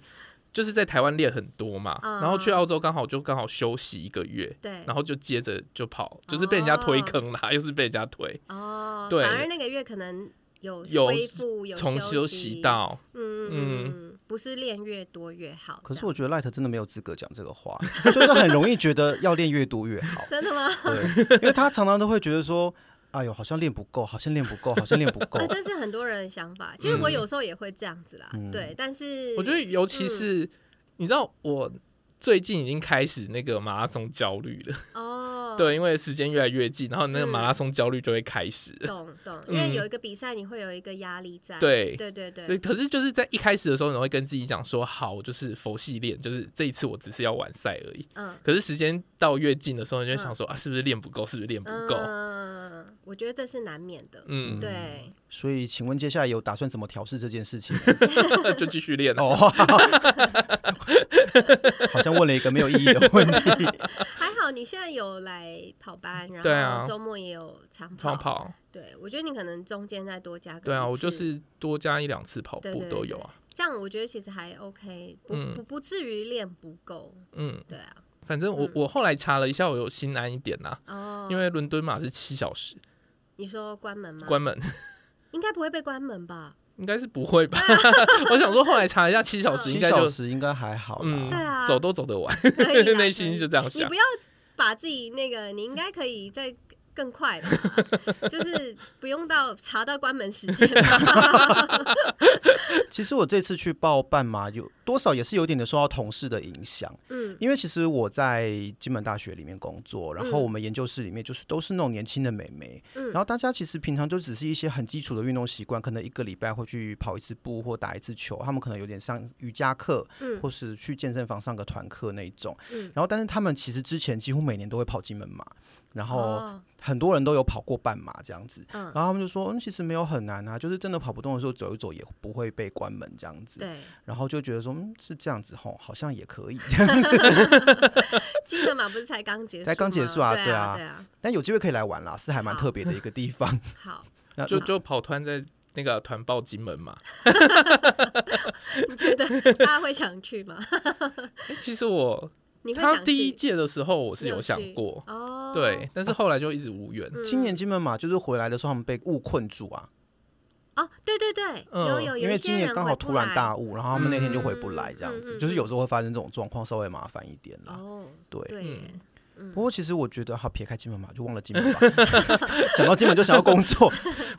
Speaker 1: 就是在台湾练很多嘛，
Speaker 3: 嗯
Speaker 1: 然后去澳洲刚好就刚好休息一个月，
Speaker 3: 对，
Speaker 1: 然后就接着就跑，就是被人家推坑啦，又是被人家推，
Speaker 3: 哦，
Speaker 1: 对
Speaker 3: 反而那个月可能有
Speaker 1: 有
Speaker 3: 恢复，有
Speaker 1: 从
Speaker 3: 休
Speaker 1: 息，到
Speaker 3: 嗯嗯，嗯不是练越多越好。
Speaker 2: 可是
Speaker 3: 这样
Speaker 2: 我觉得 Light 真的没有资格讲这个话， 就是很容易觉得要练越多越好。
Speaker 3: 真 的吗？
Speaker 2: 对，因为他常常都会觉得说，哎呦，好像练不够，好像练不够，好像练不够
Speaker 3: 那。哎这是很多人的想法。其实我有时候也会这样子啦，
Speaker 2: 嗯
Speaker 3: 对，但是嗯
Speaker 1: 我觉得，尤其是你知道，我最近已经开始那个马拉松焦虑了。
Speaker 3: 哦，
Speaker 1: 对，因为时间越来越近，然后
Speaker 3: 嗯
Speaker 1: 那个马拉松焦虑就会开始。
Speaker 3: 懂懂，因
Speaker 1: 嗯
Speaker 3: 为有一个比赛，你会有一个压力在。
Speaker 1: 对
Speaker 3: 对对对
Speaker 1: 对，可是就是在一开始的时候，你会跟自己讲说，好，我就是佛系练，就是这一次我只是要完赛而已。
Speaker 3: 嗯
Speaker 1: 可是时间到越近的时候，你就会想说、啊，是不是练不够？是不是练不够？
Speaker 3: 嗯，我觉得这是难免的。
Speaker 1: 嗯，
Speaker 3: 对，
Speaker 2: 所以，请问接下来有打算怎么调试这件事情？
Speaker 1: 就继续练了。啊
Speaker 2: 哦， 好像问了一个没有意义的问题。
Speaker 3: 还好你现在有来跑班，
Speaker 1: 对啊
Speaker 3: 然后周末也有长跑。
Speaker 1: 长跑，
Speaker 3: 对，我觉得你可能中间再多加个。
Speaker 1: 对啊，我就。是多加一两次跑
Speaker 3: 对
Speaker 1: 步
Speaker 3: 对
Speaker 1: 都
Speaker 3: 对
Speaker 1: 有啊。
Speaker 3: 这样我觉得其实还 OK，不、
Speaker 1: 嗯
Speaker 3: 不不至于练不够，
Speaker 1: 嗯，
Speaker 3: 对啊，
Speaker 1: 反正我、
Speaker 3: 嗯
Speaker 1: 我后来查了一下，我有心安一点啦、
Speaker 3: 哦，嗯
Speaker 1: 因为伦敦马是七小时
Speaker 3: 你说关门吗？
Speaker 1: 关门，
Speaker 3: 应该不会被关门吧？
Speaker 1: 应该是不会 吧？我想说后来查了一下，七小
Speaker 3: 嗯
Speaker 1: 时应
Speaker 2: 七
Speaker 1: 该就
Speaker 2: 小时应该还好
Speaker 1: 嗯
Speaker 3: 对
Speaker 2: 啦。
Speaker 3: 啊，
Speaker 1: 走都走得完，
Speaker 3: 可以 啦
Speaker 1: 内心就这样
Speaker 3: 可以你
Speaker 1: 想
Speaker 3: 不。要把自己那个，你应该可以再更快吧， 就是不用到查到关门时间吧。
Speaker 2: 其实我这次去报半马，有多少也是有点的受到同事的影响。
Speaker 3: 嗯
Speaker 2: 因为其实我在金门大学里面工作，然后
Speaker 3: 嗯
Speaker 2: 我们研究室里面就是都是那种年轻的美眉，
Speaker 3: 嗯
Speaker 2: 然后大家其实平常就只是一些很基础的运动习惯，可能一个礼拜会去跑一次步或打一次球，他们可能有点上瑜伽课，
Speaker 3: 嗯
Speaker 2: 或是去健身房上个团课那一种
Speaker 3: 嗯。
Speaker 2: 然后，但是他们其实之前几乎每年都会跑金门马，然后
Speaker 3: 哦
Speaker 2: 很多人都有跑过半马这样子。
Speaker 3: 嗯
Speaker 2: 然，后他们就说，嗯，其实没有很难啊，就是真的跑不动的时候走一走也不会被关门这样子。
Speaker 3: 对，
Speaker 2: 然后就觉得说，嗯，是这样子吼，好像也可以。
Speaker 3: 金门马不是才刚结束吗，
Speaker 2: 才刚结束啊
Speaker 3: 对
Speaker 2: 对啊
Speaker 3: 对啊，
Speaker 2: 但有机会可以来玩啦，是还蛮特别的一个地 方。
Speaker 3: 好，
Speaker 2: 那
Speaker 1: 就就跑团在那个团报金门嘛。
Speaker 3: 你觉得大家会想去吗？
Speaker 1: 诶其实我
Speaker 3: 你会
Speaker 1: 他
Speaker 3: 想
Speaker 1: 第一
Speaker 3: 去
Speaker 1: 届的时候我是
Speaker 3: 你
Speaker 1: 有
Speaker 3: 有
Speaker 1: 想
Speaker 3: 去
Speaker 1: 过，
Speaker 3: 哦？
Speaker 1: 对，但是后来就一直无缘。
Speaker 3: 嗯
Speaker 2: 今年金门马就是回来的时候，他们被雾困住啊，
Speaker 3: 哦，对对对，
Speaker 1: 嗯
Speaker 3: 有有，
Speaker 2: 因
Speaker 3: 哦有
Speaker 2: 为
Speaker 3: 一些
Speaker 2: 今年
Speaker 3: 人
Speaker 2: 刚
Speaker 3: 回
Speaker 2: 好
Speaker 3: 不
Speaker 2: 突然
Speaker 3: 来
Speaker 2: 大雾，然后他们那天就回不来，
Speaker 3: 嗯
Speaker 2: 这样子，
Speaker 3: 嗯嗯
Speaker 2: 就是有时候会发生这种状况，稍微麻烦一点啦。
Speaker 3: 哦，
Speaker 2: 对，
Speaker 3: 对耶，
Speaker 2: 不过其实我觉得，好撇开金门马，就忘了金门马，想到金门就想要工作，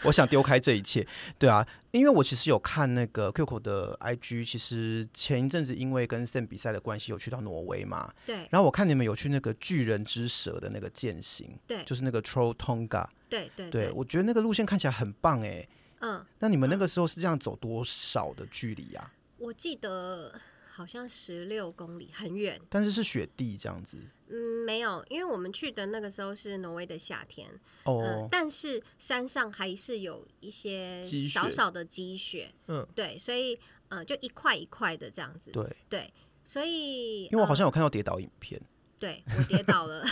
Speaker 2: 我想丢开这一切。 对啊，因为我其实有看那个 QQ 的 IG，其实前一阵子因为跟 Sam 比赛的关系，有去到挪威嘛，
Speaker 3: 对
Speaker 2: 然后我看你们有去那个巨人之蛇的那个践行，
Speaker 3: 对
Speaker 2: 就是那个 Troll Tonga，
Speaker 3: 对对
Speaker 2: 对，我觉得那个路线看起来很棒哎。
Speaker 3: 嗯，
Speaker 2: 那你们那个时候是这样走多少的距离啊？
Speaker 3: 我记得好像十六公里，很远。
Speaker 2: 但是是雪地这样子
Speaker 3: 嗯，没有，因为我们去的那个时候是挪威的夏天，嗯、
Speaker 2: 哦，
Speaker 3: 但是山上还是有一些
Speaker 1: 积雪
Speaker 3: 少少的积雪，
Speaker 1: 嗯，
Speaker 3: 对，所以呃，就一块一块的这样子，
Speaker 2: 对，
Speaker 3: 对，所以
Speaker 2: 因为我好
Speaker 3: 呃
Speaker 2: 像有看到跌倒影片，
Speaker 3: 嗯对我跌 倒了，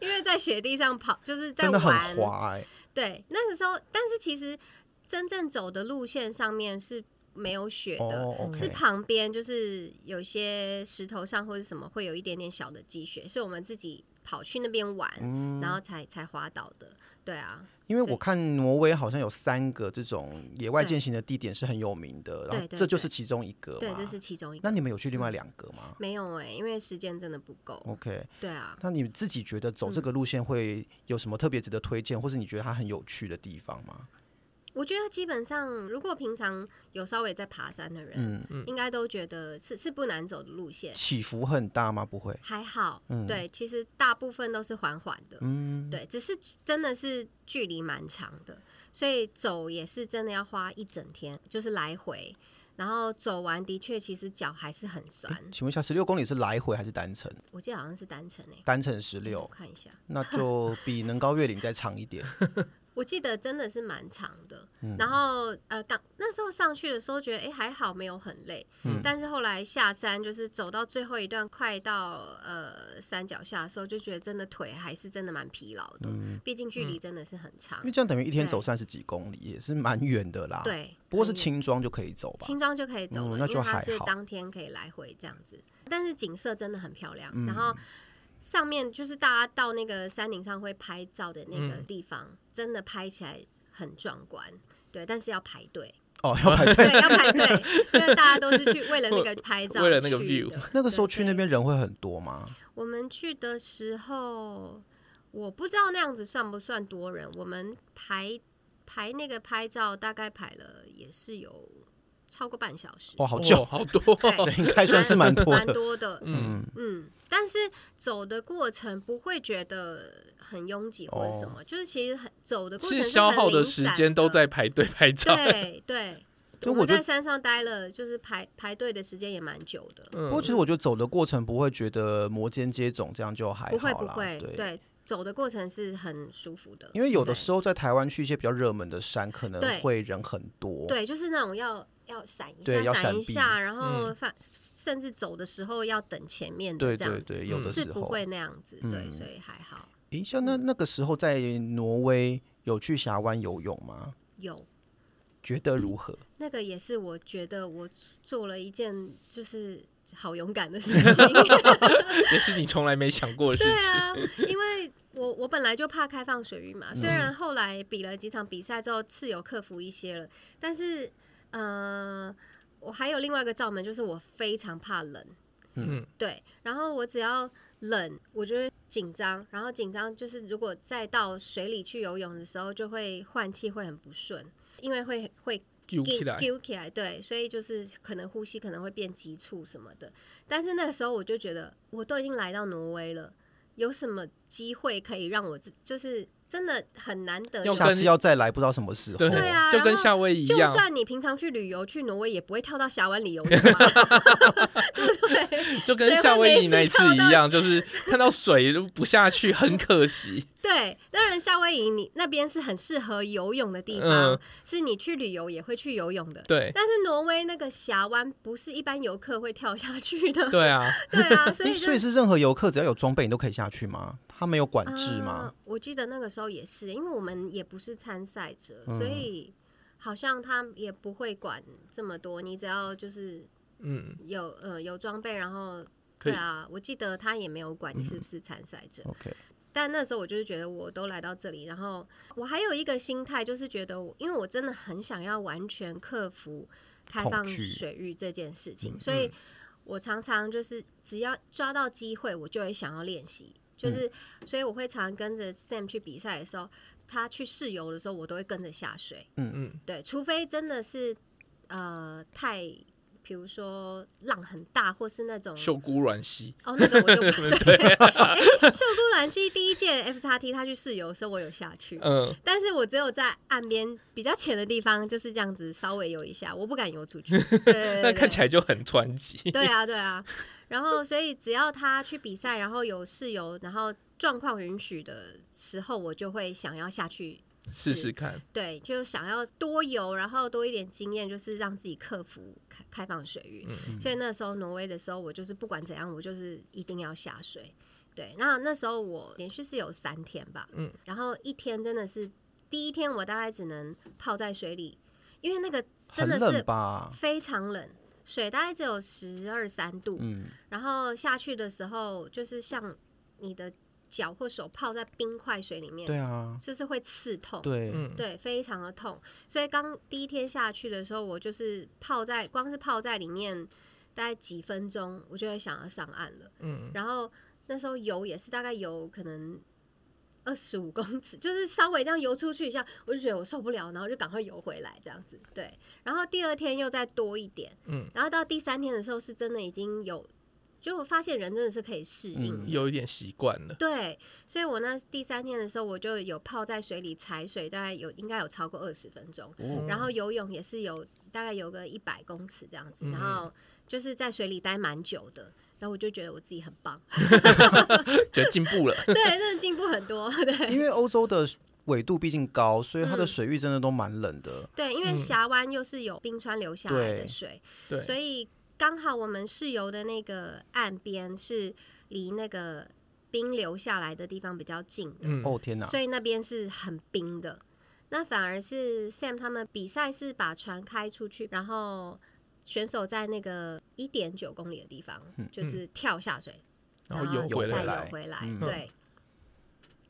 Speaker 3: 因为在雪地上跑，就是在
Speaker 2: 真的很
Speaker 3: 玩，
Speaker 2: 滑哎。
Speaker 3: 对，那个时候，但是其实真正走的路线上面是没有雪的，
Speaker 2: 哦，OK，
Speaker 3: 是旁边就是有些石头上或者什么会有一点点小的积雪，是我们自己跑去那边玩，
Speaker 2: 嗯
Speaker 3: 然后才才滑倒的。对啊，
Speaker 2: 因为我看挪威好像有三个这种野外
Speaker 3: 对
Speaker 2: 践行的地点是很有名的，然后
Speaker 3: 嗯对对
Speaker 2: 这就是
Speaker 3: 对
Speaker 2: 其中一个嘛。
Speaker 3: 对，这是其中一
Speaker 2: 那
Speaker 3: 个。
Speaker 2: 你们有去另外两个吗
Speaker 3: 没有哎、因为时间真的不够。
Speaker 2: ？OK，
Speaker 3: 对啊，
Speaker 2: 那你自己觉得
Speaker 3: 嗯
Speaker 2: 走这个路线会有什么特别值得推荐，或是你觉得它很有趣的地方吗？
Speaker 3: 我觉得基本上如果平常有稍微在爬山的人，
Speaker 2: 嗯，
Speaker 3: 应该都觉得是是不难走的路线。
Speaker 2: 起伏很大吗？不会，
Speaker 3: 还好，对，其实大部分都是缓缓的，
Speaker 2: 嗯，
Speaker 3: 对，只是真的是距离蛮长的，所以走也是真的要花一整天，就是来回，然后走完的确其实脚还是很酸，
Speaker 2: 请问一下，十六公里是来回还是单程？
Speaker 3: 我记得好像是单程诶、
Speaker 2: 单程十
Speaker 3: 欸，我
Speaker 2: 六，
Speaker 3: 看一下，
Speaker 2: 那就比能高月岭再长一点。
Speaker 3: 我记得真的是蛮长的。
Speaker 2: 嗯
Speaker 3: 然后呃，刚那时候上去的时候觉得，哎、还好没有很累。
Speaker 2: 嗯
Speaker 3: 但是后来下山，就是走到最后一段，快到呃山脚下的时候，就觉得真的腿还是真的蛮疲劳的，
Speaker 2: 嗯
Speaker 3: 毕竟距离真的是很长。
Speaker 2: 因为这样等于一天
Speaker 3: 对
Speaker 2: 走三十几公里，也是蛮远的啦。，
Speaker 3: 对，
Speaker 2: 啊不过是
Speaker 3: 很
Speaker 2: 轻装就可以走吧。
Speaker 3: 轻装就可以走
Speaker 2: 嗯
Speaker 3: 了，
Speaker 2: 那
Speaker 3: 因
Speaker 2: 就
Speaker 3: 为
Speaker 2: 还
Speaker 3: 它是
Speaker 2: 好
Speaker 3: 当天可以来回这样子。但是景色真的很漂亮，
Speaker 2: 嗯
Speaker 3: 然后上面就是大家到那个山顶上会拍照的那
Speaker 2: 嗯
Speaker 3: 个地方，真的拍起来很壮观。对，但是要排队，
Speaker 2: 哦，要排队。
Speaker 3: 对，要排队，因为大家都是去为了那个拍照去的，
Speaker 1: 为了那个 view
Speaker 2: 那个时候
Speaker 3: 对哦
Speaker 2: 去那，边人会很多吗？
Speaker 3: 所以我们去的时候，我不知道那样子算不算多人。我们排排那个拍照，大概排了也是有超过半小时。
Speaker 2: 哇，好久，
Speaker 1: 哦好 多哦、
Speaker 3: 对
Speaker 2: 人应该算是蛮多
Speaker 3: 蛮
Speaker 2: 的。
Speaker 3: 多的，
Speaker 1: 嗯
Speaker 3: 嗯嗯，但是走的过程不会觉得很拥挤或者什
Speaker 2: 哦
Speaker 3: 么，就是其实很走的过程
Speaker 1: 是
Speaker 3: 是
Speaker 1: 消
Speaker 3: 很
Speaker 1: 耗的
Speaker 3: 零
Speaker 1: 时
Speaker 3: 散
Speaker 1: 间都
Speaker 3: 的
Speaker 1: 在排队拍照。
Speaker 3: 对对。
Speaker 2: 就
Speaker 3: 我
Speaker 2: 我
Speaker 3: 们
Speaker 2: 觉
Speaker 3: 在
Speaker 2: 得
Speaker 3: 山上待了，就是排排队的时间也蛮久的，
Speaker 1: 嗯
Speaker 2: 不过其实我觉得走的过程不会觉得摩肩接踵，这样就还
Speaker 3: 不
Speaker 2: 好
Speaker 3: 会
Speaker 2: 啦。
Speaker 3: 不会，
Speaker 2: 对。
Speaker 3: 对，走的过程是很舒服的，
Speaker 2: 因为有的
Speaker 3: 对
Speaker 2: 时候在台湾去一些比较热门的山，可能
Speaker 3: 对
Speaker 2: 会人很多。，
Speaker 3: 对，就是那种要要闪一
Speaker 2: 对
Speaker 3: 下，
Speaker 2: 要闪
Speaker 3: 闪一
Speaker 2: 避
Speaker 3: 下，然后
Speaker 1: 嗯
Speaker 3: 反、甚至走的时候要等前面的
Speaker 2: 对
Speaker 3: 这样
Speaker 2: 对
Speaker 3: 子，嗯
Speaker 2: 对，有的
Speaker 3: 是
Speaker 2: 时
Speaker 3: 不
Speaker 2: 候。
Speaker 3: 会那样子，对，
Speaker 2: 嗯
Speaker 3: 所以还好
Speaker 2: 诶，像那那个时候在挪威有去峡湾游泳吗？
Speaker 3: 有。
Speaker 2: 觉得如何？
Speaker 3: 那个也是我觉得我做了一件就是好勇敢的事情，
Speaker 1: 也是你从来没想过的事
Speaker 3: 对
Speaker 1: 情。
Speaker 3: 啊，因为我我本来就怕开放水域嘛，虽然
Speaker 1: 嗯
Speaker 3: 后来比了几场比赛之后是有克服一些了，但是呃，我还有另外一个罩门，就是我非常怕冷，
Speaker 1: 嗯，
Speaker 3: 对，然后我只要冷，我就会紧张，然后紧张就是如果再到水里去游泳的时候，就会换气会很不顺，因为会会
Speaker 1: 丢
Speaker 3: 丢
Speaker 1: 起来，
Speaker 3: 丢起来，对，所以就是可能呼吸可能会变急促什么的。但是那个时候我就觉得，我都已经来到挪威了，有什么机会可以让我自就是真的很难得
Speaker 1: 要
Speaker 3: 有。
Speaker 2: 下
Speaker 1: 跟
Speaker 2: 次要再来，不知道什么时候。
Speaker 3: 对啊
Speaker 1: 就跟
Speaker 3: 然后
Speaker 1: 夏威夷一
Speaker 3: 就
Speaker 1: 样，
Speaker 3: 算你平常去旅游去挪威，也不会跳到峡湾里游泳啊吧？
Speaker 1: 就跟
Speaker 3: 谁会
Speaker 1: 夏威夷
Speaker 3: 每次
Speaker 1: 那一次
Speaker 3: 跳
Speaker 1: 一
Speaker 3: 到
Speaker 1: 样，就是看到水都不下去，很可惜。
Speaker 3: 对，当然夏威夷你那边是很适合游泳的地方，
Speaker 1: 嗯
Speaker 3: 是你去旅游也会去游泳的。
Speaker 1: 对，
Speaker 3: 但是挪威那个峡湾不是一般游客会跳下去的，
Speaker 1: 对啊，
Speaker 3: 对啊，所
Speaker 2: 诶
Speaker 3: 以就
Speaker 2: 所以是任何游客只要有装备，你都可以下去吗？他没有管制吗？
Speaker 3: 呃我记得那个时候也是，因为我们也不是参赛者，所以好像他也不会管这么多，你只要就是
Speaker 1: 嗯，
Speaker 3: 有呃有装备，然后
Speaker 1: 可以
Speaker 3: 对啊，我记得他也没有管你是不是参赛者。
Speaker 2: OK，
Speaker 3: 但那时候我就是觉得我都来到这里，然后我还有一个心态，就是觉得我因为我真的很想要完全克服开
Speaker 2: 恐
Speaker 3: 放
Speaker 2: 惧嗯
Speaker 3: 水域这件事情，所以我常常就是只要抓到机会，我就会想要练习。
Speaker 2: 嗯
Speaker 3: 就是，所以我会常跟着 Sam 去比赛的时候，他去试游的时候，我都会跟着下水。
Speaker 2: 嗯
Speaker 1: 嗯，
Speaker 3: 对，除非真的是呃太，比如说浪很大，或是那种
Speaker 1: 秀姑峦溪，
Speaker 3: 哦，那个我就不 对。
Speaker 1: 啊
Speaker 3: 哎、 秀姑兰溪第一届 F 叉 T，他去试游的时候，我有下去，
Speaker 1: 嗯，
Speaker 3: 但是我只有在岸边比较浅的地方，就是这样子稍微游一下，我不敢游 出去。对对对
Speaker 1: 那看起
Speaker 3: 来
Speaker 1: 来就很湍急。
Speaker 3: 对啊，对啊。然后，所以只要他去比赛，然后有试游，然后状况允许的时候，我就会想要下去
Speaker 1: 试试看，
Speaker 3: 对，就想要多游，然后多一点经验，就是让自己克服开开放水域。
Speaker 2: 嗯
Speaker 3: 所以那时候挪威的时候，我就是不管怎样，我就是一定要下水。对，那那时候我连续是有三天吧，
Speaker 1: 嗯
Speaker 3: 然后一天真的是第一天我大概只能泡在水里，因为那个真
Speaker 2: 很
Speaker 3: 的
Speaker 2: 冷
Speaker 3: 是
Speaker 2: 吧？
Speaker 3: 非常冷，水大概只有十二三度，
Speaker 2: 嗯，
Speaker 3: 然后下去的时候就是像你的脚或手泡在冰块水里面，
Speaker 2: 对啊，
Speaker 3: 就是会刺痛。
Speaker 2: 对，
Speaker 1: 嗯，
Speaker 3: 对，非常的痛。所以刚第一天下去的时候，我就是泡在，光是泡在里面大概几分钟，我就会想要上岸了。
Speaker 1: 嗯，
Speaker 3: 然后那时候游也是大概游可能二十五公尺，就是稍微这样游出去一下，我就觉得我受不了，然后就赶快游回来这样子。对，然后第二天又再多一点，
Speaker 1: 嗯，
Speaker 3: 然后到第三天的时候是真的已经有，就我发现人真的是可以适应
Speaker 2: 嗯
Speaker 1: 有一点习惯了。
Speaker 3: 对，所以我那第三天的时候，我就有泡在水里踩水，大概有应该有超过二十分钟，
Speaker 2: 哦
Speaker 3: 然后游泳也是有大概有个一百公尺这样子，
Speaker 1: 嗯
Speaker 3: 然后就是在水里待蛮久的。然后我就觉得我自己很 棒，
Speaker 1: 觉得进步了。
Speaker 3: 对，真的进步很多。对，
Speaker 2: 因为欧洲的纬度毕竟高，所以它的
Speaker 3: 嗯
Speaker 2: 水域真的都蛮冷的。
Speaker 3: 对，因为
Speaker 1: 嗯
Speaker 3: 峡湾又是有冰川流下来
Speaker 2: 对
Speaker 3: 的水，
Speaker 1: 对，
Speaker 3: 所以刚好我们室游的那个岸边是离那个冰流下来的地方比较近的，
Speaker 1: 嗯，
Speaker 2: 哦天哪
Speaker 3: 所！以那边是很冰的。那反而是 Sam 他们比赛是把船开出去，然后选手在那个一点九公里的地方，就是跳下水，
Speaker 1: 然后游
Speaker 2: 嗯游
Speaker 1: 回
Speaker 3: 再
Speaker 1: 来
Speaker 2: 回来
Speaker 3: 游回来，
Speaker 2: 嗯
Speaker 3: 对。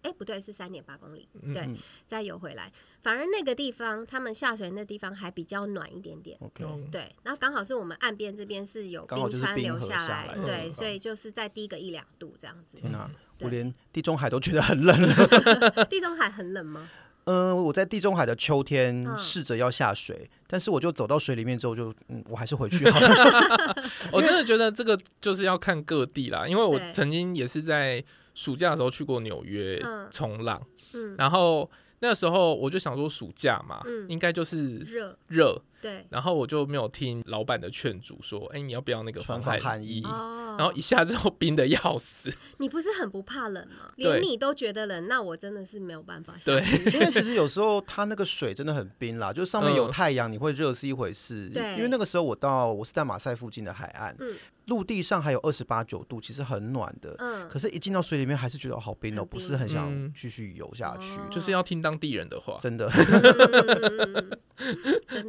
Speaker 3: 哎，不对，是三点八公里，
Speaker 1: 嗯
Speaker 3: 对，再游回来。反而那个地方，他们下水那地方还比较暖一点点，
Speaker 2: OK，
Speaker 1: 嗯
Speaker 3: 对。然后刚好是我们岸边这边是有
Speaker 2: 刚好
Speaker 3: 冰
Speaker 2: 就是
Speaker 3: 川
Speaker 2: 冰
Speaker 3: 流
Speaker 2: 河下
Speaker 3: 来，
Speaker 2: 来的地
Speaker 3: 对，
Speaker 2: 方
Speaker 3: 所以就是再低个一两度这样子。
Speaker 2: 天哪！
Speaker 3: 对
Speaker 2: 我连地中海都觉得很冷 了。
Speaker 3: 地中海很冷吗？
Speaker 2: 嗯，我在地中海的秋天
Speaker 3: 嗯
Speaker 2: 试着要下水，但是我就走到水里面之后就，嗯，我还是回去好了。
Speaker 1: 我真的觉得这个就是要看各地啦，因为我
Speaker 3: 对
Speaker 1: 曾经也是在暑假的时候去过纽约
Speaker 3: 嗯
Speaker 1: 冲浪，
Speaker 3: 嗯，
Speaker 1: 然后那时候我就想说暑假嘛，
Speaker 3: 嗯
Speaker 1: 应该就是
Speaker 3: 热，
Speaker 1: 热，
Speaker 3: 对，
Speaker 1: 然后我就没有听老板的劝阻，说，哎、你要不要那个
Speaker 2: 穿
Speaker 1: 防
Speaker 2: 防寒
Speaker 1: 衣
Speaker 2: 衣？
Speaker 3: 哦，
Speaker 1: 然后一下之后冰的要死，
Speaker 3: 你不是很不怕冷吗？
Speaker 1: 对
Speaker 3: 连你都觉得冷，那我真的是没有办法。
Speaker 1: 对，
Speaker 2: 因为其实有时候它那个水真的很冰啦，就是上面有
Speaker 1: 嗯
Speaker 2: 太阳，你会热是一回事。
Speaker 3: 对
Speaker 2: 因为那个时候我到我是在马赛附近的海岸
Speaker 3: 嗯，
Speaker 2: 陆地上还有二十八九度，其实很暖的。
Speaker 3: 嗯，
Speaker 2: 可是，一进到水里面还是觉得好冰哦，
Speaker 3: 很冰
Speaker 2: 不是很想
Speaker 1: 嗯
Speaker 2: 继续游下去，
Speaker 3: 哦
Speaker 1: 就是要听当地人的话。
Speaker 2: 真的。
Speaker 3: 嗯 真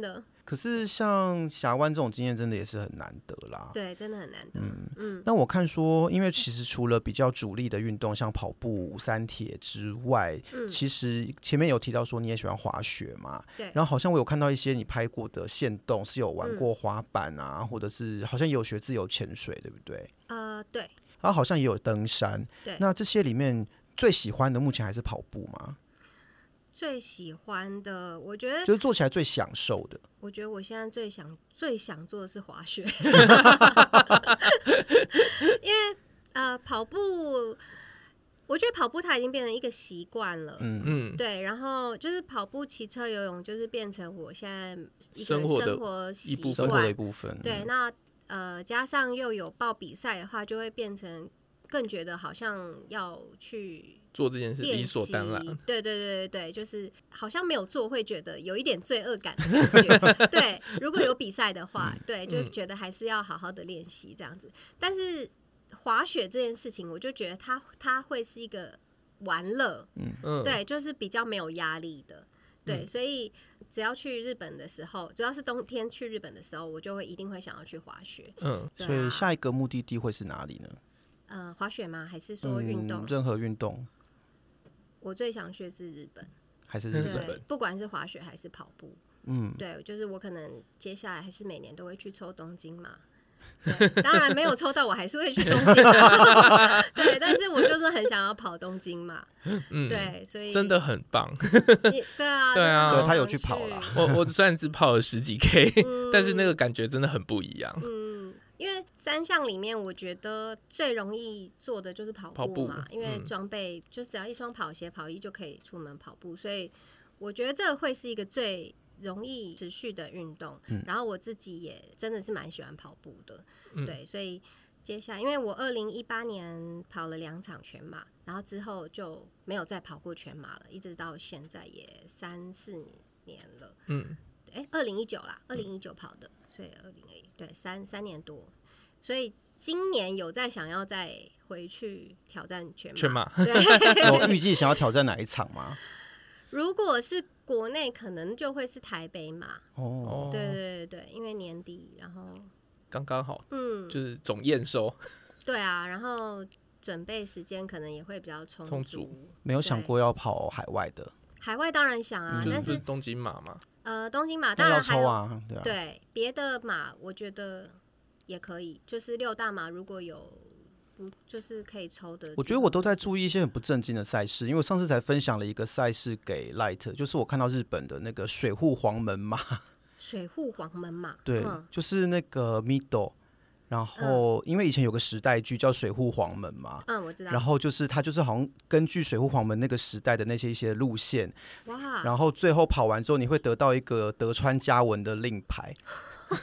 Speaker 3: 的，
Speaker 2: 可是像峡湾这种经验，真的也是很难得啦。
Speaker 3: 对，真的很难得。嗯
Speaker 2: 那我看说，因为其实除了比较主力的运动，像跑步、三铁之外，
Speaker 3: 嗯，
Speaker 2: 其实前面有提到说你也喜欢滑雪嘛，
Speaker 3: 对嗯
Speaker 2: 然后好像我有看到一些你拍过的线动是有玩过滑板啊，或者是好像也有学自由潜水，对不对？
Speaker 3: 呃，对，
Speaker 2: 然后好像也有登山。
Speaker 3: 对
Speaker 2: 那这些里面最喜欢的目前还是跑步嘛，
Speaker 3: 最喜欢的，我觉得，
Speaker 2: 就是做起来最享受的。
Speaker 3: 我觉得我现在最想最想做的是滑雪， 因为呃，跑步，我觉得跑步它已经变成一个习惯了。
Speaker 2: 嗯，
Speaker 1: 嗯，
Speaker 3: 对，然后就是跑步、骑车、游泳，就是变成我现在一
Speaker 1: 生
Speaker 3: 个
Speaker 1: 活的
Speaker 3: 生活习
Speaker 1: 一部分
Speaker 2: 生活
Speaker 3: 惯
Speaker 2: 的一部分。
Speaker 3: 对，
Speaker 2: 嗯，
Speaker 3: 那呃，加上又有报比赛的话，就会变成更觉得好像要去
Speaker 1: 做这件事
Speaker 3: 练
Speaker 1: 理所
Speaker 3: 习
Speaker 1: 当 然。。
Speaker 3: 对对对对对，就是好像没有做，会觉得有一点罪恶感的感觉。 对，如果有比赛的话，对，就
Speaker 1: 嗯
Speaker 3: 觉得还是要好好的练习这样子。但是滑雪这件事情，我就觉得它它会是一个玩乐，
Speaker 1: 嗯，
Speaker 3: 对，就是比较没有压力的。对，所以只要去日本的时候，主要是冬天去日本的时候，我就会一定会想要去滑雪。
Speaker 1: 嗯，
Speaker 3: 对
Speaker 2: 所以
Speaker 3: 啊
Speaker 2: 下一个目的地会是哪里呢？嗯
Speaker 3: 呃，滑雪吗？还是说运
Speaker 1: 嗯
Speaker 3: 动？
Speaker 2: 任何运动
Speaker 3: 我最想去是日本，
Speaker 2: 还是日
Speaker 1: 日
Speaker 2: 本？
Speaker 1: 本
Speaker 3: 对，不管是滑雪还是跑步，
Speaker 2: 嗯，
Speaker 3: 对，就是我可能接下来还是每年都会去抽东京嘛。对当然没有抽到，我还是会去东京啊。 对，但是我就是很想要跑东京嘛。
Speaker 1: 嗯，
Speaker 3: 对，所以
Speaker 1: 真的很棒。
Speaker 3: 你，对啊，
Speaker 1: 对啊
Speaker 3: 就
Speaker 1: 对
Speaker 3: 是
Speaker 2: 他
Speaker 3: 很
Speaker 2: 有
Speaker 3: 想
Speaker 2: 去跑啦
Speaker 1: 我我虽然只跑了十几 K，、
Speaker 3: 嗯
Speaker 1: 但是那个感觉真的很不一样。
Speaker 3: 嗯，因为三项里面，我觉得最容易做的就是跑
Speaker 1: 跑步
Speaker 3: 嘛，因为
Speaker 1: 嗯
Speaker 3: 装备、就只要一双跑鞋、跑衣就可以出门跑步，所以我觉得这会是一个最容易持续的运动。然后我自己也真的是蛮喜欢跑步的，
Speaker 1: 嗯
Speaker 3: 对，所以接下来，因为我二零一八年跑了两场全马，然后之后就没有再跑过全马了，一直到现在也三四年了。
Speaker 1: 嗯，
Speaker 3: 哎，二零一九啦，二零一九跑的，所以二零一对三三年多，所以今年有在想要再回去挑战全马。
Speaker 1: 全马
Speaker 3: 对，
Speaker 2: 有预计想要挑战哪一场吗？
Speaker 3: 如果是国内，可能就会是台北马。
Speaker 2: 哦，
Speaker 1: 哦，
Speaker 3: 对对对对，因为年底，然后
Speaker 1: 刚刚好
Speaker 3: 嗯，
Speaker 1: 就是总验收。
Speaker 3: 对啊，然后准备时间可能也会比较充
Speaker 1: 充
Speaker 3: 足
Speaker 1: 足
Speaker 2: 没有想过要跑海外的，
Speaker 3: 海外当然想啊，
Speaker 1: 就
Speaker 3: 但
Speaker 1: 是
Speaker 3: 是
Speaker 1: 东京马嘛，
Speaker 3: 呃，东京马当
Speaker 2: 那要
Speaker 3: 然还
Speaker 2: 抽
Speaker 3: 有、
Speaker 2: 啊，对啊，
Speaker 3: 对别的马，我觉得也可以，就是六大马如果有不就是可以抽的机会，
Speaker 2: 我觉得我都在注意一些很不正经的赛事，因为我上次才分享了一个赛事给 Light，就是我看到日本的那个水户黄门马，
Speaker 3: 水户黄门马，
Speaker 2: 对，
Speaker 3: 嗯
Speaker 2: 就是那个 Middle，然后、因为以前有个时代剧叫水户黄门嘛。
Speaker 3: 嗯，我知道
Speaker 2: 然，后就是它就是好像根据水户黄门那个时代的那些一些路线，
Speaker 3: 哇，
Speaker 2: 然后最后跑完之后你会得到一个德川家文的令 牌，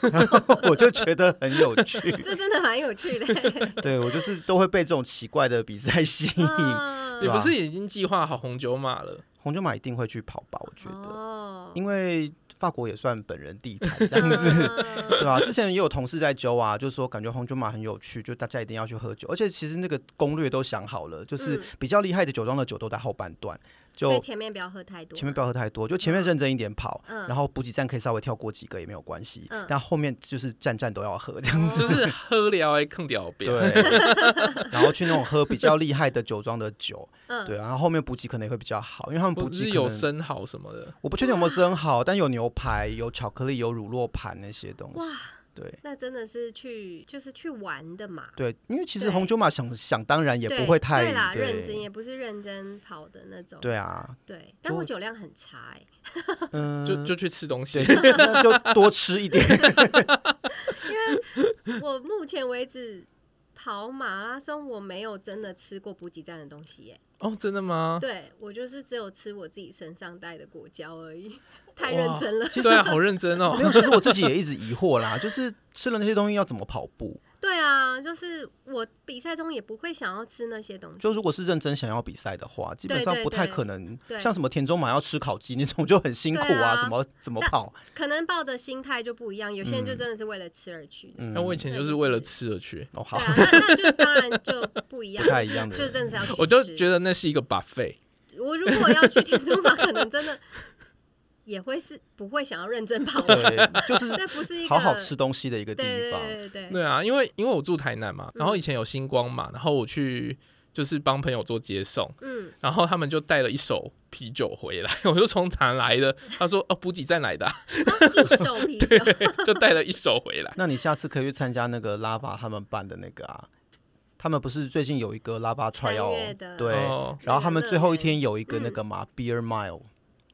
Speaker 2: 然后我就觉得很有趣。
Speaker 3: 这真的蛮有趣的，
Speaker 2: 对我就是都会被这种奇怪的比赛吸引，
Speaker 3: 嗯
Speaker 1: 你
Speaker 2: 对啊
Speaker 1: 不是已经计划好红酒马了？
Speaker 2: 红酒马一定会去跑吧，我觉得，
Speaker 3: 哦，
Speaker 2: 因为法国也算本人地 盘这样子。
Speaker 3: 嗯
Speaker 2: 对吧、之前也有同事在揪啊，就说感觉红酒马很有趣，就大家一定要去喝酒。而且其实那个攻略都想好了，就是
Speaker 3: 嗯
Speaker 2: 比较厉害的酒庄的酒都在后半段，就
Speaker 3: 所以前面不要喝太多，
Speaker 2: 前面不要喝太多，就前面认真一点跑，
Speaker 3: 嗯
Speaker 2: 然后补给站可以稍微跳过几个也没有关系，
Speaker 3: 嗯
Speaker 2: 但后面就是站站都要喝这样子。
Speaker 1: 就是喝了哎，更屌别。
Speaker 2: 对，然后去那种喝比较厉害的酒庄的酒，
Speaker 3: 嗯
Speaker 2: 对，然后后面补给可能也会比较好，因为他们补
Speaker 1: 不
Speaker 2: 给
Speaker 1: 是
Speaker 2: 可
Speaker 1: 有
Speaker 2: 能
Speaker 1: 生蚝什么的，
Speaker 2: 我不确定有没有真好，但有牛排、有巧克力、有乳酪盘那些东
Speaker 3: 哇
Speaker 2: 西，对。
Speaker 3: 那真的是去就是去玩的嘛。
Speaker 2: 对，因为其实
Speaker 3: 对
Speaker 2: 红酒马想想当然也
Speaker 3: 对
Speaker 2: 不会太
Speaker 3: 对啦，认真
Speaker 2: 对
Speaker 3: 也不是认真跑的那种。
Speaker 2: 对啊，
Speaker 3: 对但
Speaker 2: 就
Speaker 3: 我酒量很差哎、
Speaker 2: 嗯，
Speaker 1: 就就去吃东西
Speaker 2: 对，。那就多吃一 点。
Speaker 3: 我目前为止跑马拉松，我没有真的吃过补给站的东西欸耶、
Speaker 1: 哦，真的吗？
Speaker 3: 对我就是只有吃我自己身上带的果胶而已，太
Speaker 1: 哇
Speaker 3: 认真了。
Speaker 1: 对啊，好认真 哦
Speaker 2: 没。有，其实我自己也一直疑惑啦，就是吃了那些东西要怎么跑步？
Speaker 3: 对啊，就是我比赛中也不会想要吃那些东西。
Speaker 2: 就如果是认真想要比赛的话，基本
Speaker 3: 对
Speaker 2: 上
Speaker 3: 对
Speaker 2: 不太
Speaker 3: 对
Speaker 2: 可能
Speaker 3: 对
Speaker 2: 像什么田中马要吃烤鸡那种就很辛苦
Speaker 3: 对啊
Speaker 2: 啊，怎么怎么
Speaker 3: 但
Speaker 2: 跑？
Speaker 3: 可能抱的心态就不一样，有些人就真的是为了吃而去的。
Speaker 2: 嗯
Speaker 1: 那我以前就是为了吃而去，
Speaker 2: 哦好
Speaker 3: 对，啊，那那就当然就不一样，
Speaker 2: 不太一样的
Speaker 3: 就真的是要去吃。
Speaker 1: 我就觉得那是一个 buffet。
Speaker 3: 我如果要去田中马，可能真的也会是不会想要认真跑的，
Speaker 2: 对，就是
Speaker 3: 那不是一个
Speaker 2: 好好吃东西的一个地
Speaker 3: 对。
Speaker 2: 方。
Speaker 3: 对对对嗯对，
Speaker 1: 对啊，因为因为我住台南嘛，然后以前有星光嘛，然后我去就是帮朋友做接送，
Speaker 3: 嗯，
Speaker 1: 然后他们就带了一手啤酒回来， 我就从哪来的？他说哦，补给站来的啊、
Speaker 3: 一手啤酒，
Speaker 1: 就带了一手回来。
Speaker 2: 那你下次可以去参加那个拉法他们办的那个啊，他们不是最近有一个拉法
Speaker 3: 三
Speaker 2: trial
Speaker 3: 月的
Speaker 2: 对，
Speaker 1: 哦
Speaker 2: 然后他们最后一
Speaker 3: 乐
Speaker 2: 天有一个那个嘛、beer mile，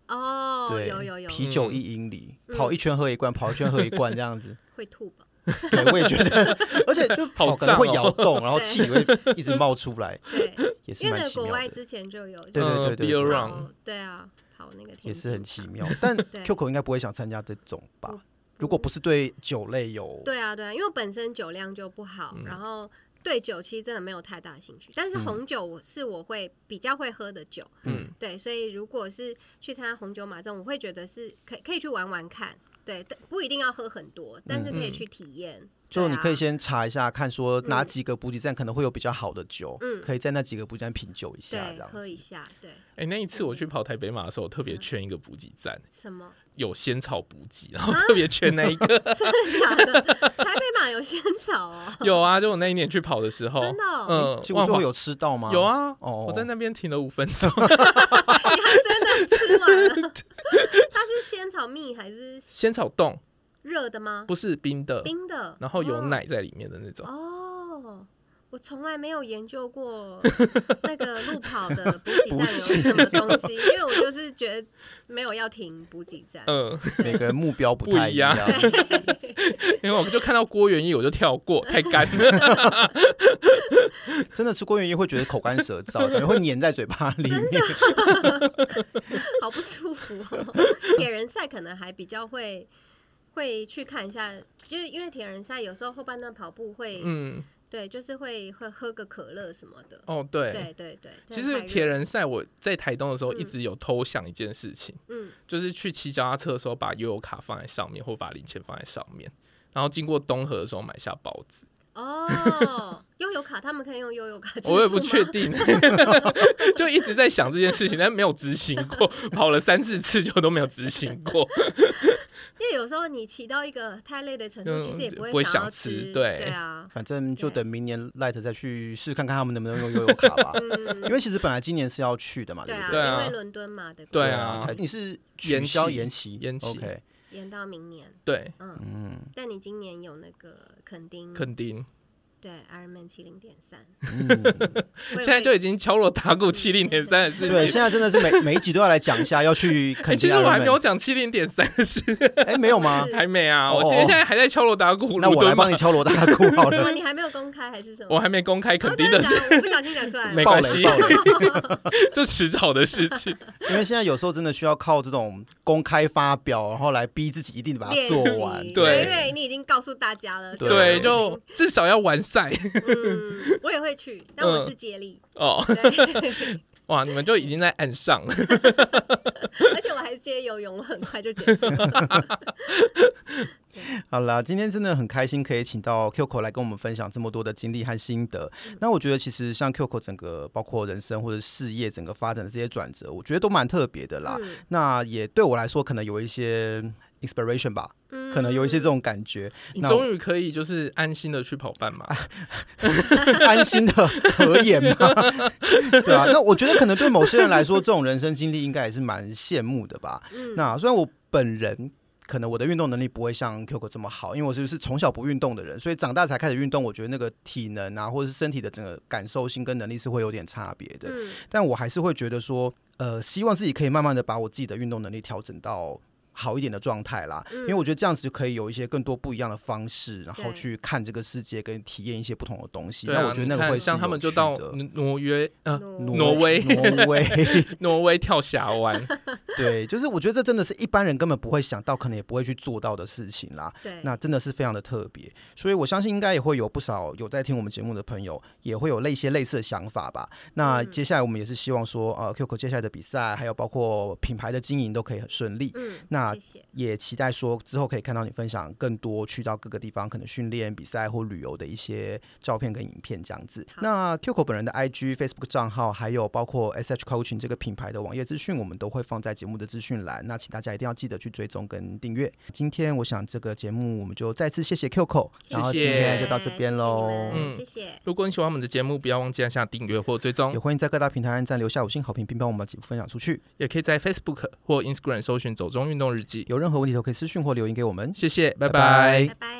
Speaker 3: 哦，
Speaker 2: 对，
Speaker 3: 有有有，
Speaker 2: 啤酒一英里，
Speaker 3: 嗯
Speaker 2: 跑一圈喝一罐，跑一圈喝一罐这样 子。
Speaker 3: 会吐吧？
Speaker 2: 对，我也觉得，而且就跑
Speaker 1: 好
Speaker 2: 可能会
Speaker 1: 胀哦
Speaker 2: 摇动，然后气体会一直冒出来，
Speaker 3: 对，
Speaker 2: 也是
Speaker 3: 因
Speaker 2: 蛮
Speaker 3: 为那个
Speaker 2: 奇
Speaker 3: 国
Speaker 2: 妙
Speaker 3: 外
Speaker 2: 的，
Speaker 3: 之前就有，
Speaker 2: 对对对
Speaker 1: 呃
Speaker 2: 对
Speaker 1: Beer
Speaker 2: 对嗯
Speaker 1: Run，
Speaker 3: 跑对啊，跑那个
Speaker 2: 也
Speaker 3: 田
Speaker 2: 是很奇
Speaker 3: 径场
Speaker 2: 妙。但
Speaker 3: 对
Speaker 2: QQ 应该不会想参加这种吧
Speaker 3: 不？
Speaker 2: 如果不是对酒类有，
Speaker 3: 对啊，对啊，因为我本身酒量就不好，然后对酒其实真的没有太大兴趣。但是红酒我是我会比较会喝的酒，
Speaker 1: 嗯，
Speaker 3: 对，所以如果是去参加红酒马这种，我会觉得是可以可以去玩玩看，对，但不一定要喝很多，但是可以去体验。
Speaker 2: 就你可以
Speaker 3: 对啊
Speaker 2: 先查一下，看说哪几个补给站可能会有比较好的酒，
Speaker 3: 嗯
Speaker 2: 可以在那几个补给站品酒一下，这
Speaker 3: 对
Speaker 2: 样
Speaker 3: 喝一
Speaker 2: 子。
Speaker 3: 下，对
Speaker 1: 哎、那一次我去跑台北马的时候，我特别圈一个补给站，
Speaker 3: 什么
Speaker 1: 有仙草补给，
Speaker 3: 啊
Speaker 1: 然后特别圈那一个。
Speaker 3: 真的假的？台北马有仙草哦，
Speaker 1: 有啊，就我那一年去跑的时候，
Speaker 3: 真的哦
Speaker 1: 嗯，
Speaker 2: 结果
Speaker 1: 万
Speaker 2: 最后
Speaker 1: 华
Speaker 2: 有吃到吗？
Speaker 1: 有，啊，
Speaker 2: 哦
Speaker 1: 我在那边停了五分钟，
Speaker 3: 哎他真的吃完了。 它是仙草蜜还是
Speaker 1: 仙草冻
Speaker 3: 热的吗？
Speaker 1: 不是冰的，
Speaker 3: 冰的，
Speaker 1: 然后有
Speaker 3: 哦
Speaker 1: 奶在里面的那种。
Speaker 3: 哦，我从来没有研 究过那个路跑的补给站有什么东西，因为我就是觉得没有要停补给 站。
Speaker 1: 嗯，
Speaker 2: 每个人目标不
Speaker 1: 不
Speaker 2: 太
Speaker 1: 一
Speaker 2: 一
Speaker 1: 样
Speaker 2: 样。
Speaker 1: 因为我就看到郭元义，我就跳过，太干 了。
Speaker 2: 真的吃郭元英会觉得口干舌燥，感觉会粘在嘴巴里面。
Speaker 3: 好不舒服、哦。铁人赛可能还比较会会去看一下，就是因为铁人赛有时候后半段跑步会，
Speaker 1: 嗯，
Speaker 3: 对，就是会会喝个可乐什么的。
Speaker 1: 哦，对。
Speaker 3: 对对对，
Speaker 1: 其
Speaker 3: 太
Speaker 1: 实
Speaker 3: 热
Speaker 1: 铁人赛，我在台东的时候一直有偷想一件事情，
Speaker 3: 嗯
Speaker 1: 就是去骑脚踏车的时候把悠游卡放在上面，或把零钱放在上面，然后经过东河的时候买下包子。
Speaker 3: 哦，悠游卡他们可以用悠游卡，
Speaker 1: 我也不确。定， 就一直在想这件事情，但没有执行过，跑了三四次就都没有执行过。
Speaker 3: 因为有时候你骑到一个太累的程度，
Speaker 1: 嗯
Speaker 3: 其实也不
Speaker 1: 不会
Speaker 3: 想要
Speaker 1: 想吃
Speaker 3: 对
Speaker 1: 对
Speaker 3: 啊，
Speaker 2: 反正就等明年 Light 再去试看看他们能不能用悠游卡吧，
Speaker 3: 嗯
Speaker 2: 因为其实本来今年是要去的嘛，
Speaker 3: 对
Speaker 2: 不
Speaker 3: 啊，
Speaker 1: 对
Speaker 2: 对？
Speaker 1: 啊
Speaker 3: 因为伦敦嘛的，
Speaker 1: 对啊
Speaker 2: 才你是取消延期
Speaker 1: 延期
Speaker 2: OK，
Speaker 3: 延到明年，
Speaker 1: 对，
Speaker 3: 嗯，但你今年有那个垦丁，
Speaker 1: 肯定
Speaker 3: 对 Ironman 七零点三，
Speaker 2: 嗯
Speaker 1: 现在就已经敲锣打鼓七零点三的事
Speaker 2: 对，
Speaker 1: 情。
Speaker 2: 现在真的是每每一集都要来讲一下要去
Speaker 1: 哎、
Speaker 2: 肯
Speaker 1: 其
Speaker 2: 定
Speaker 1: 实
Speaker 2: 要
Speaker 1: 我还没有讲七零点三的事，
Speaker 2: 哎没有吗
Speaker 3: 是？
Speaker 1: 还没啊，我
Speaker 2: 欸哦
Speaker 1: 现在现在还在敲锣打鼓。
Speaker 2: 那
Speaker 1: 卢
Speaker 2: 我
Speaker 1: 敦
Speaker 2: 来帮你
Speaker 1: 马
Speaker 2: 敲锣打鼓好
Speaker 3: 什么
Speaker 2: 了，
Speaker 3: 你还没有公开还是什么？
Speaker 1: 我还没公开肯定
Speaker 3: 哦
Speaker 1: 的
Speaker 3: 真假
Speaker 1: 事，
Speaker 3: 我不小心讲出 来
Speaker 1: 没
Speaker 3: 了。
Speaker 2: 爆
Speaker 1: 关系
Speaker 2: 雷爆雷，
Speaker 1: 这迟早的事情。
Speaker 2: 因为现在有时候真的需要靠这种公开发表，然后来逼自己一定把它
Speaker 3: 练
Speaker 2: 做
Speaker 3: 习
Speaker 2: 完。
Speaker 1: 对
Speaker 3: 因为你已经告诉大家了。
Speaker 2: 对
Speaker 1: 对，
Speaker 3: 不行
Speaker 1: 就至少要完赛
Speaker 3: 嗯，我也会去，但我是接力，
Speaker 1: 哦，
Speaker 3: 对，
Speaker 1: 哇，你们就已经在岸上了，
Speaker 3: 而且我还接游泳，我很快就结束了。
Speaker 2: 好啦，今天真的很开心，可以请到 Qco 来跟我们分享这么多的经历和心得。
Speaker 3: 嗯
Speaker 2: 那我觉得其实像 Qco 整个包括人生或者事业整个发展的这些转折，我觉得都蛮特别的啦。
Speaker 3: 嗯
Speaker 2: 那也对我来说，可能有一些 inspiration 吧，
Speaker 3: 嗯
Speaker 2: 可能有一些这种感觉，
Speaker 1: 你
Speaker 2: 那我哎
Speaker 1: 终于可以就是安心的去跑半马。
Speaker 2: 安心的合眼嘛。对啊，那我觉得可能对某些人来说，这种人生经历应该也是蛮羡慕的吧。
Speaker 3: 嗯
Speaker 2: 那虽然我本人。可能我的运动能力不会像 Qco 这么好，因为我是是从小不运动的人，所以长大才开始运动。我觉得那个体能啊，或者是身体的整个感受性跟能力是会有点差别的。
Speaker 3: 嗯
Speaker 2: 但我还是会觉得说，呃，希望自己可以慢慢的把我自己的运动能力调整到好一点的状态啦，因为我觉得这样子就可以有一些更多不一样的方式，然后
Speaker 3: 嗯对
Speaker 2: 去看这个世界，跟体验一些不同的东西。
Speaker 1: 对
Speaker 2: 那
Speaker 1: 啊，
Speaker 2: 我觉得
Speaker 1: 你
Speaker 2: 那个
Speaker 1: 看
Speaker 2: 会是
Speaker 1: 像他
Speaker 2: 有
Speaker 1: 们就
Speaker 2: 趣
Speaker 1: 到
Speaker 2: 的
Speaker 1: 挪挪约呃
Speaker 3: 挪
Speaker 2: 挪
Speaker 1: 威
Speaker 2: 挪 威，
Speaker 1: 挪威跳峡湾，
Speaker 2: 对，就是我觉得这真的是一般人根本不会想到，可能也不会去做到的事情啦。
Speaker 3: 对，
Speaker 2: 那真的是非常的特别，所以我相信应该也会有不少有在听我们节目的朋友，也会有类些类似的想法吧。那
Speaker 3: 嗯
Speaker 2: 接下来我们也是希望说，呃，QQ 接下来的比赛，还有包括品牌的经营都可以很顺利。
Speaker 3: 嗯，
Speaker 2: 那
Speaker 3: 谢谢，
Speaker 2: 也期待说之后可以看到你分享更多去到各个地方可能训练、比赛或旅游的一些照片跟影片这样子。
Speaker 3: 好
Speaker 2: 那 QQ 本人的 IG、Facebook 账号，还有包括 SH Coaching 这个品牌的网页资讯，我们都会放在节目的资讯栏。那请大家一定要记得去追踪跟订阅。今天我想这个节目我们就再次谢谢 QQ，然后今天就到这边喽。
Speaker 1: 嗯
Speaker 3: 谢谢你们
Speaker 1: 如果你喜欢我们的节目，不要忘记按下订阅或追
Speaker 2: 也
Speaker 1: 踪，
Speaker 2: 欢迎在各大平台按赞、留下五星好评，并帮我们把节目分享出去。
Speaker 1: 也可以在 Facebook 或 Instagram 搜寻“走中运动日记
Speaker 2: 有任何问题都可以私讯或留言给我们”。。
Speaker 1: 谢谢，拜
Speaker 2: 拜拜
Speaker 1: 拜
Speaker 3: 谢谢，拜。拜。